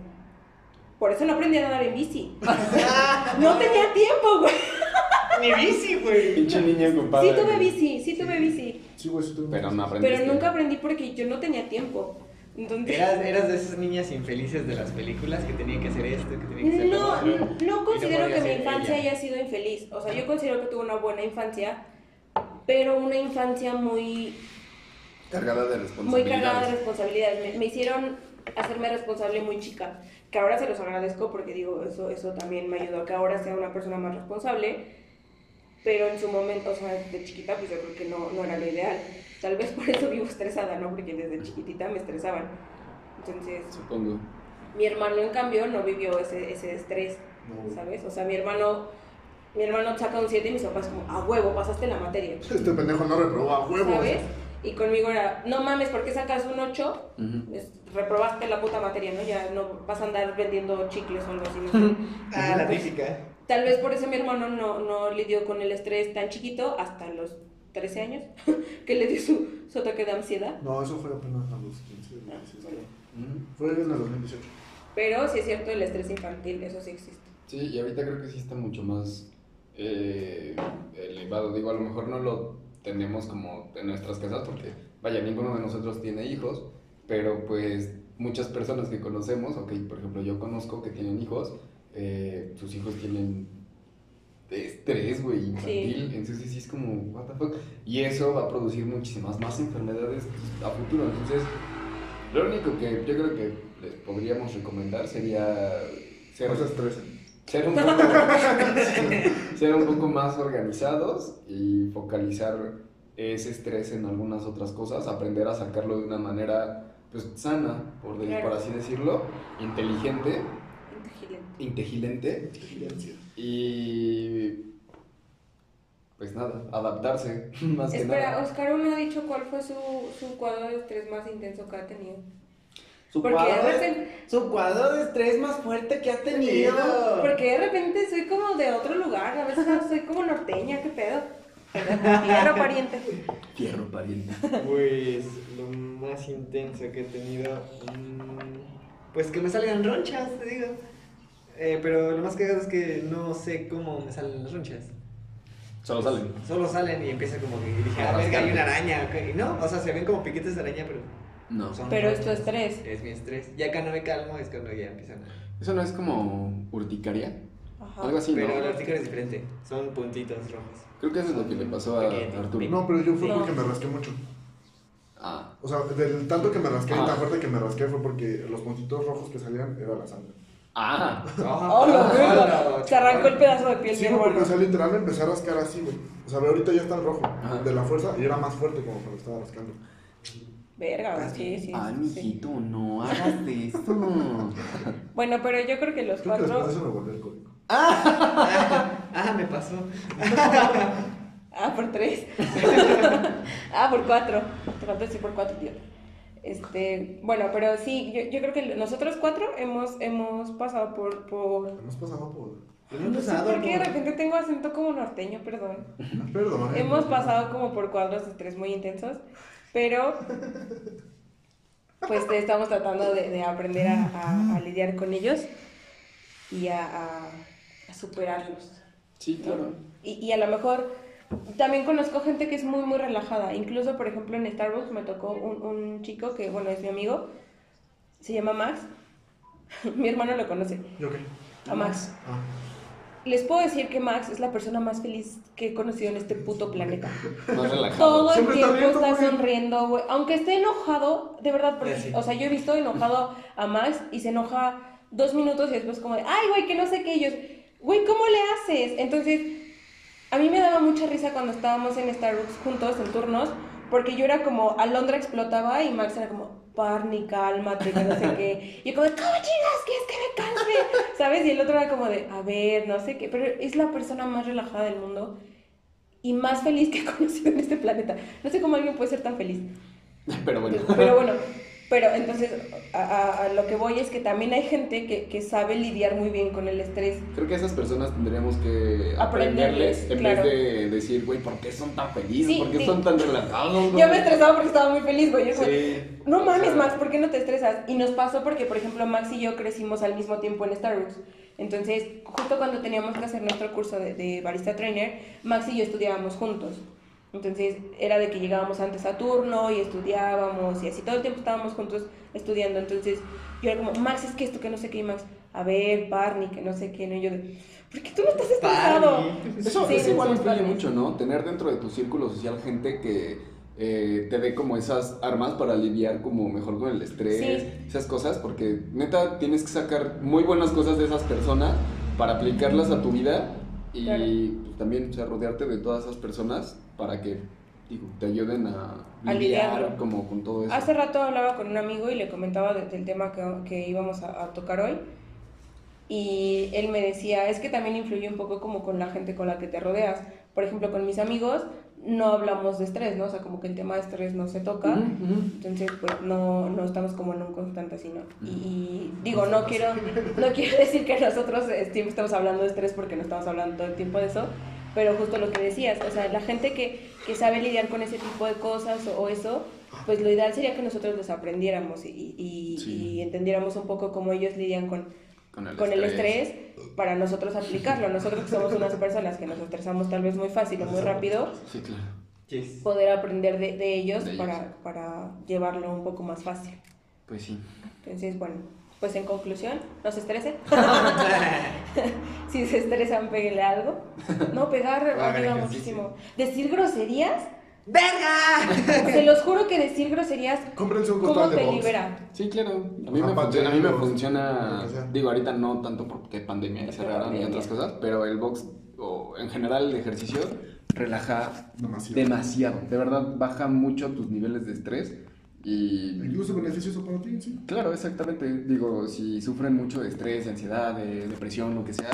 Por eso no aprendí a nadar en bici. no tenía tiempo, güey.
¡Mi bici, güey!
Pinche niña ocupada.
Sí tuve bici, sí tuve bici,
Sí, güey, sí, tú-
Pero no aprendiste.
pero nunca aprendí porque yo no tenía tiempo. Entonces...
Eras, eras de esas niñas infelices de las películas que tenían que hacer esto, que tenían que hacer lo
No,
otro,
n-
y
no considero
podía
que mi
ser
infancia
ella.
haya sido infeliz. O sea, yo considero que tuve una buena infancia, pero una infancia muy,
Cargada de
muy
responsabilidades.
cargada de responsabilidades. Me, me hicieron hacerme responsable muy chica, que ahora se los agradezco porque digo, eso, eso también me ayudó a que ahora sea una persona más responsable. Pero en su momento, o sea, de chiquita, pues yo creo que no, no era lo ideal. Tal vez por eso vivo estresada, ¿no? Porque desde chiquitita me estresaban. Entonces,
Supongo.
mi hermano, en cambio, no vivió ese, ese estrés,
No, güey.
¿sabes? O sea, mi hermano, mi hermano saca un 7 y mis papás como, a huevo, pasaste la materia,
Este pendejo no reproba, huevos.
¿sabes? Y conmigo era, no mames, ¿por qué sacas un 8?
Ujú.
reprobaste la puta materia, ¿no? Ya no vas a andar vendiendo chicles o algo así. ¿no?
Ah, la típica.
Tal vez por eso mi hermano no, no lidió con el estrés tan chiquito hasta los 13 años, que le dio su, su ataque de ansiedad.
No, eso fue apenas a los 15, 16.
Ujú.
Fue en el 2018.
Pero sí es cierto, el estrés infantil, eso sí existe.
Sí, y ahorita creo que sí está mucho más eh, elevado. Digo, a lo mejor no lo tenemos como en nuestras casas, porque vaya, ninguno de nosotros tiene hijos, pero pues muchas personas que conocemos, o que por ejemplo yo conozco que tienen hijos, eh, sus hijos tienen estrés, güey, infantil. Entonces sí es como, what the fuck. Y eso va a producir muchísimas más enfermedades a futuro. Entonces, lo único que yo creo que les podríamos recomendar sería ser
No se estresen.
ser un poco, ser un poco más organizados y focalizar ese estrés en algunas otras cosas, aprender a sacarlo de una manera pues sana, por, de-
Claro.
por así decirlo, inteligente, inteligente y pues nada, adaptarse más que
Espera,
nada.
Oscar no ha dicho cuál fue su, su cuadro de estrés más intenso que ha tenido.
Su
Porque de
cuadro,
repente-
su cuadro de estrés más fuerte que ha tenido.
Porque de repente soy como de otro lugar, a veces soy como norteña, qué pedo. Claro, pariente.
Fierro, pariente.
Pues lo más intenso que he tenido. mm, Pues que me salgan ronchas, te digo. Eh, pero lo más cagado es que no sé cómo me salen las ronchas.
Solo salen.
Solo salen y empieza como que dije, ah, verga, hay una araña. ok. Y no, o sea, se ven como piquetes de araña, pero
No.
son
Pero es tu
ronchas.
estrés.
Es mi estrés. Ya acá no me calmo, es cuando ya empiezan a.
Eso no es como urticaria.
Ajá.
Algo así,
Pero el
¿no?
artículo es diferente. Son puntitos rojos.
Creo que eso es lo que le pasó a
Pequeño.
Arturo.
No, pero yo fue
No.
porque me rasqué mucho.
Ah,
O sea, del tanto que me rasqué
Ah.
y tan fuerte que me rasqué fue porque los puntitos rojos que salían era la sangre.
ah,
Oh, lo veo. Se arrancó
oh.
el pedazo de piel
Sí,
bien
güey, porque, o
bueno.
sea, literal me empecé a rascar así, güey. O sea, ve, ahorita ya está el rojo
Ajá.
de la fuerza y era más fuerte como cuando estaba rascando.
Verga, güey, sí, sí.
ah,
sí.
mijito, no hagas de esto.
Bueno, pero yo creo que los
Creo que después de
cuatro.
eso me volví alcohólico.
Ah, me pasó.
Ah, por tres. ah, por cuatro. Te falta decir por cuatro, tío. Este, bueno, pero sí, yo, yo creo que nosotros cuatro hemos, hemos pasado por, por...
Hemos pasado por.
No sé por qué Pues de repente tengo acento como norteño, perdón.
Perdón. eh.
Hemos pasado como por cuadros de estrés muy intensos, pero pues te estamos tratando de, de aprender a, a- a lidiar con ellos y a, a- a superarlos.
Sí, claro.
Y, y a lo mejor también conozco gente que es muy, muy relajada. Incluso, por ejemplo, en Starbucks me tocó un, un chico que, bueno, es mi amigo, se llama Max. mi hermano lo conoce,
¿Yo qué?
a Max.
Ah.
Les puedo decir que Max es la persona más feliz que he conocido en este puto planeta.
Más relajado.
Todo el
Siempre está
tiempo
riendo,
está
güey.
sonriendo, güey. Aunque esté enojado, de verdad, porque,
Ya sí.
o sea, yo he visto enojado a Max y se enoja dos minutos y después como de, ay, güey, que no sé qué ellos. Güey, ¿cómo le haces? Entonces, a mí me daba mucha risa cuando estábamos en Starbucks juntos, en turnos, porque yo era como, Alondra explotaba y Max era como, Barney, cálmate, que no sé qué. Y yo como, de, ¿cómo chingas? ¿Qué es que me calme? ¿Sabes? Y el otro era como de, a ver, no sé qué. Pero es la persona más relajada del mundo y más feliz que he conocido en este planeta. No sé cómo alguien puede ser tan feliz.
Pero bueno.
Pero bueno, pero entonces a, a- a lo que voy es que también hay gente que, que sabe lidiar muy bien con el estrés.
Creo que a esas personas tendríamos que
Aprenderles,
aprenderles en
claro.
vez de decir, güey, ¿por qué son tan felices?
Sí,
¿Por qué
sí.
son tan relajados?
Yo
güey?"
me estresaba porque estaba muy feliz, güey. Yo como,
Sí.
No mames,
O sea,
Max, ¿por qué no te estresas? Y nos pasó porque, por ejemplo, Max y yo crecimos al mismo tiempo en Starbucks. Entonces, justo cuando teníamos que hacer nuestro curso de, de barista trainer, Max y yo estudiábamos juntos. Entonces, era de que llegábamos antes a turno y estudiábamos y así todo el tiempo estábamos juntos estudiando. Entonces, yo era como, Max, es que esto, que no sé qué, y Max, a ver, Barney, que no sé qué, ¿no? Y yo de, ¿por qué tú no estás estresado?
Eso,
Sí,
eso igual
somos
influye
Barneys.
mucho, ¿no? Tener dentro de tu círculo social gente que eh, te dé como esas armas para lidiar como mejor con el estrés,
Sí.
esas cosas, porque neta tienes que sacar muy buenas cosas de esas personas para aplicarlas a tu vida y
Claro.
pues, también o sea, rodearte de todas esas personas para que digo, te ayuden a,
A
lidiar
lidiarlo.
como con todo eso.
Hace rato hablaba con un amigo y le comentaba de- del tema que, que íbamos a, a tocar hoy. Y él me decía, es que también influye un poco como con la gente con la que te rodeas. Por ejemplo, con mis amigos no hablamos de estrés, ¿no? O sea, como que el tema de estrés no se toca.
Ujú, ujú.
Entonces, pues no, no estamos como en un constante así, ¿no? Y, y digo, no quiero, no quiero decir que nosotros eh, siempre estamos hablando de estrés porque no estamos hablando todo el tiempo de eso, pero justo lo que decías, o sea, la gente que, que sabe lidiar con ese tipo de cosas o, o eso, pues lo ideal sería que nosotros los aprendiéramos y, y-
Sí.
y entendiéramos un poco cómo ellos lidian con,
Con el
con el estrés para nosotros aplicarlo. Nosotros que somos unas personas que nos estresamos tal vez muy fácil o muy rápido,
Sí, claro.
Yes.
poder aprender de, de ellos,
De ellos.
Para, para llevarlo un poco más fácil.
Pues sí.
Entonces, bueno, pues en conclusión, no se estresen. si se estresan, péguenle algo. No, pegar
Hagan
ayuda
ejercicio.
muchísimo. Decir groserías. ¡Verga! Se los juro que decir groserías,
Cómprense un
¿cómo
costal de
te
box.
libera?
Sí, claro. A mí,
Ajá,
me, funciona, a mí me
pandemia,
funciona,
lo que sea.
digo, ahorita no tanto porque pandemia y cerraron y
pandemia.
otras cosas, pero el box o en general el ejercicio relaja
Demasiado.
demasiado. De verdad, baja mucho tus niveles de estrés y...
Incluso beneficioso para ti, sí.
Claro, exactamente. Digo, si sufren mucho de estrés, de ansiedad, de depresión, lo que sea,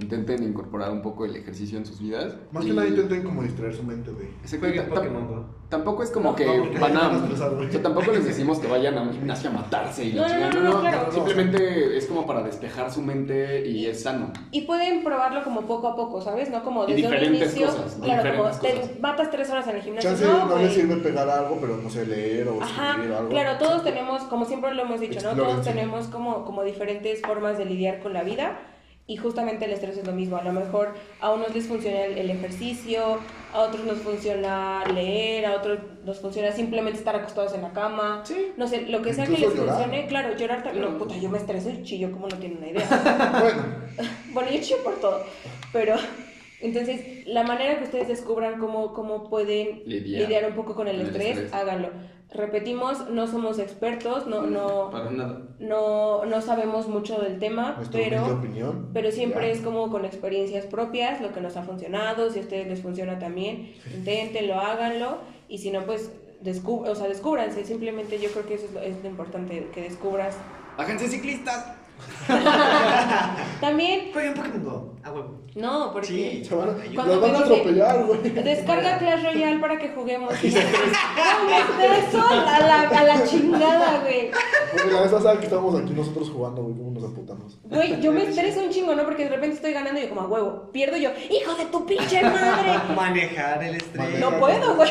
Intenten incorporar un poco el ejercicio en sus vidas.
Más
y-
que nada intenten como distraer su mente de...
Exacto,
Jueguen
tam-
Pokémon Go.
Tampoco es como que
no, porque
van
ahí van a
a.
estresar, güey.
o sea, tampoco les decimos que vayan a un gimnasio a matarse y la
No, no,
chingada,
no, no, claro.
Simplemente es como para despejar su mente y es sano.
Y pueden probarlo como poco a poco, ¿sabes? No como
Y
desde un
diferentes
inicio.
cosas,
claro, como
diferentes
te
cosas.
matas tres horas en el gimnasio.
Chance
no,
no,
güey.
le sirve pegar algo, pero no sé, leer o
Ajá,
escribir algo.
claro, todos tenemos, como siempre lo hemos dicho, ¿no? Todos
Explórense.
tenemos como, como diferentes formas de lidiar con la vida y justamente el estrés es lo mismo. A lo mejor a unos les funciona el, el ejercicio, a otros nos funciona leer, a otros nos funciona simplemente estar acostados en la cama. No sé, lo que sea que les
Incluso llorar.
funcione, claro, llorar también. No, puta, yo me estreso y chillo, como no tienen una idea.
Bueno,
bueno, yo chillo por todo, pero... Entonces, la manera que ustedes descubran cómo, cómo pueden
Lidiar.
lidiar un poco con el,
Con el
estrés,
estrés.
háganlo. Repetimos, no somos expertos, no, no,
Para nada.
no, no sabemos mucho del tema,
nuestra humilde
pero,
opinión.
pero siempre
Ya.
es como con experiencias propias, lo que nos ha funcionado, si a ustedes les funciona también, inténtenlo, háganlo, y si no, pues descub o sea, descúbranse, simplemente yo creo que eso es lo, es lo importante, que descubras.
¡Háganse ciclistas!
También,
Jueguen Pokémon Go. A huevo.
no, porque...
Sí,
Se van a-
Cuando
Los van
me
a
dice-
atropellar, güey.
Descarga Clash Royale para que juguemos. Y ya. No, me estreso a la, a la chingada, güey.
Porque la vez pasada que estábamos aquí nosotros jugando, güey, cómo nos apuntamos.
Güey, yo me estreso un chingo, ¿no? Porque de repente estoy ganando y yo como a huevo. Pierdo yo, hijo de tu pinche madre.
Manejar el estrés.
No puedo, güey.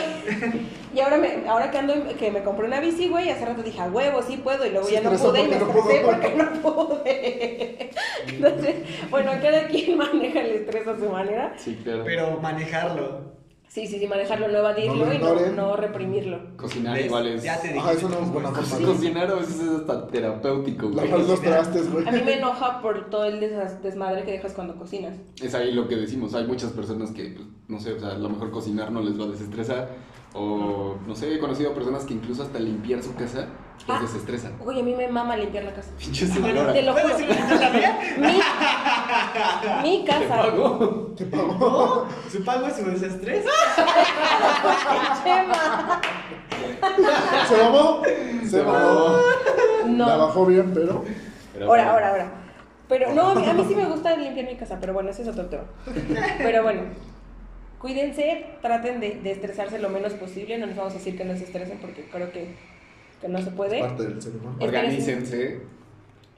Y ahora, me, ahora que ando, en- que me compré una bici, güey, hace rato dije, a huevo, sí puedo. Y luego
Se
ya no
estresó
pude y me
porque no
estresé
pudo.
porque no pude. Entonces, bueno, cada quien maneja el estrés a su manera.
Sí, claro.
Pero manejarlo.
Sí, sí, sí, manejarlo, no evadirlo
No lo
y no,
ignoren.
no reprimirlo.
Cocinar
¿Ves?
igual es.
Ya te dije.
Ajá, eso no es buena forma.
Sí. Cocinar a veces es hasta terapéutico, güey.
Lavar los trastes, güey.
A mí me enoja por todo el desas- desmadre que dejas cuando cocinas.
Es ahí lo que decimos. Hay muchas personas que, pues, no sé, o sea, a lo mejor cocinar no les va a desestresar. O, no sé, he conocido personas que incluso hasta limpiar su casa
Ah.
les desestresa.
Oye, a mí me mama limpiar la casa.
Pinche señora.
Te lo juro.
¿Puedes decirme que no sabía?
Mi, mi
Te
casa.
pago.
No, su pago es su desestrés.
Chema.
Se mamó. Se mamó. La
No.
bajó bien, pero.
Pero
Ahora,
bueno.
ahora, ahora. Pero no, a mí, a mí sí me gusta limpiar mi casa, pero bueno, ese es otro tema. Pero bueno, cuídense, traten de, de estresarse lo menos posible. No les vamos a decir que no se estresen porque creo que, que no se puede.
Parte del ser humano.
Organícense.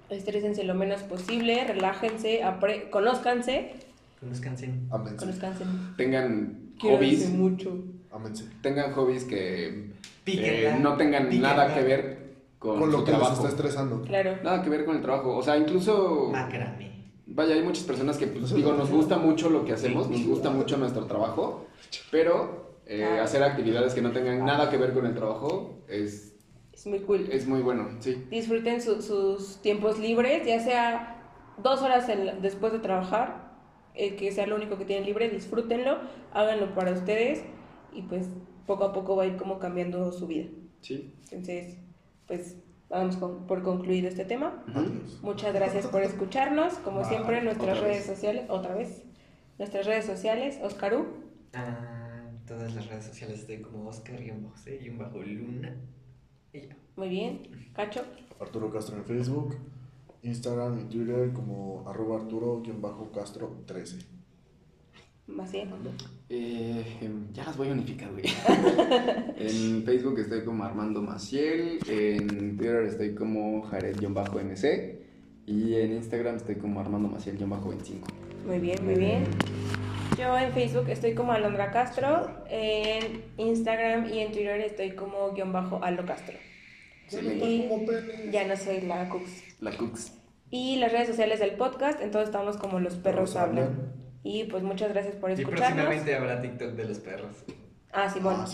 Estrésense lo menos posible, relájense, apre- conózcanse.
Descansen.
Ámense.
Conózcanse.
Tengan
Quiéranse
hobbies.
mucho.
Ámense.
Tengan hobbies que eh,
Píquenla.
no tengan
Píquenla.
nada que ver con,
Con
su
lo que les
trabajo.
está estresando.
Claro.
Nada que ver con el trabajo. O sea, incluso.
Macrame.
Vaya, hay muchas personas que, pues, digo, nos gusta mucho lo que hacemos, nos gusta mucho nuestro trabajo, pero eh, hacer actividades que no tengan nada que ver con el trabajo es,
Es muy cool.
es muy bueno, sí.
Disfruten su- sus tiempos libres, ya sea dos horas en- después de trabajar, eh, que sea lo único que tienen libre, disfrútenlo, háganlo para ustedes y pues poco a poco va a ir como cambiando su vida.
Sí.
Entonces, pues vamos con- por concluido este tema.
Ujú.
Muchas gracias por escucharnos, como
Bye.
siempre nuestras
Otra
redes
vez.
sociales, otra vez, nuestras redes sociales, Oscarú,
Ah, todas las redes sociales estoy como Oscar y un bajo C y un bajo Luna. Y ya.
muy bien, Cacho,
Arturo Castro en Facebook, Instagram y Twitter como arroba Arturo-Castro13.
más bien.
Eh, em, ya las voy a unificar, güey. en Facebook estoy como Armando Maciel, en Twitter estoy como Jared-MC y en Instagram estoy como Armando Maciel-25.
Muy bien, muy bien. Yo en Facebook estoy como Alondra Castro, en Instagram y en Twitter estoy como guión bajo Alo Castro.
Excelente.
Ya no soy la Cux.
La Cooks.
Y las redes sociales del podcast, entonces estamos como los perros hablan. Y pues muchas gracias por
Y
escucharnos.
próximamente habrá TikTok de los perros.
Ah, sí, bueno,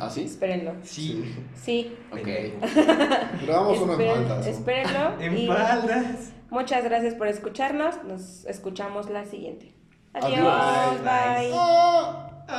¿Ah, sí?
espérenlo.
Sí.
Sí,
Ok.
Grabamos unas
espéren-
maltas. ¿no?
espérenlo.
En
y
faldas.
muchas gracias por escucharnos. Nos escuchamos la siguiente.
Adiós.
Adiós, bye.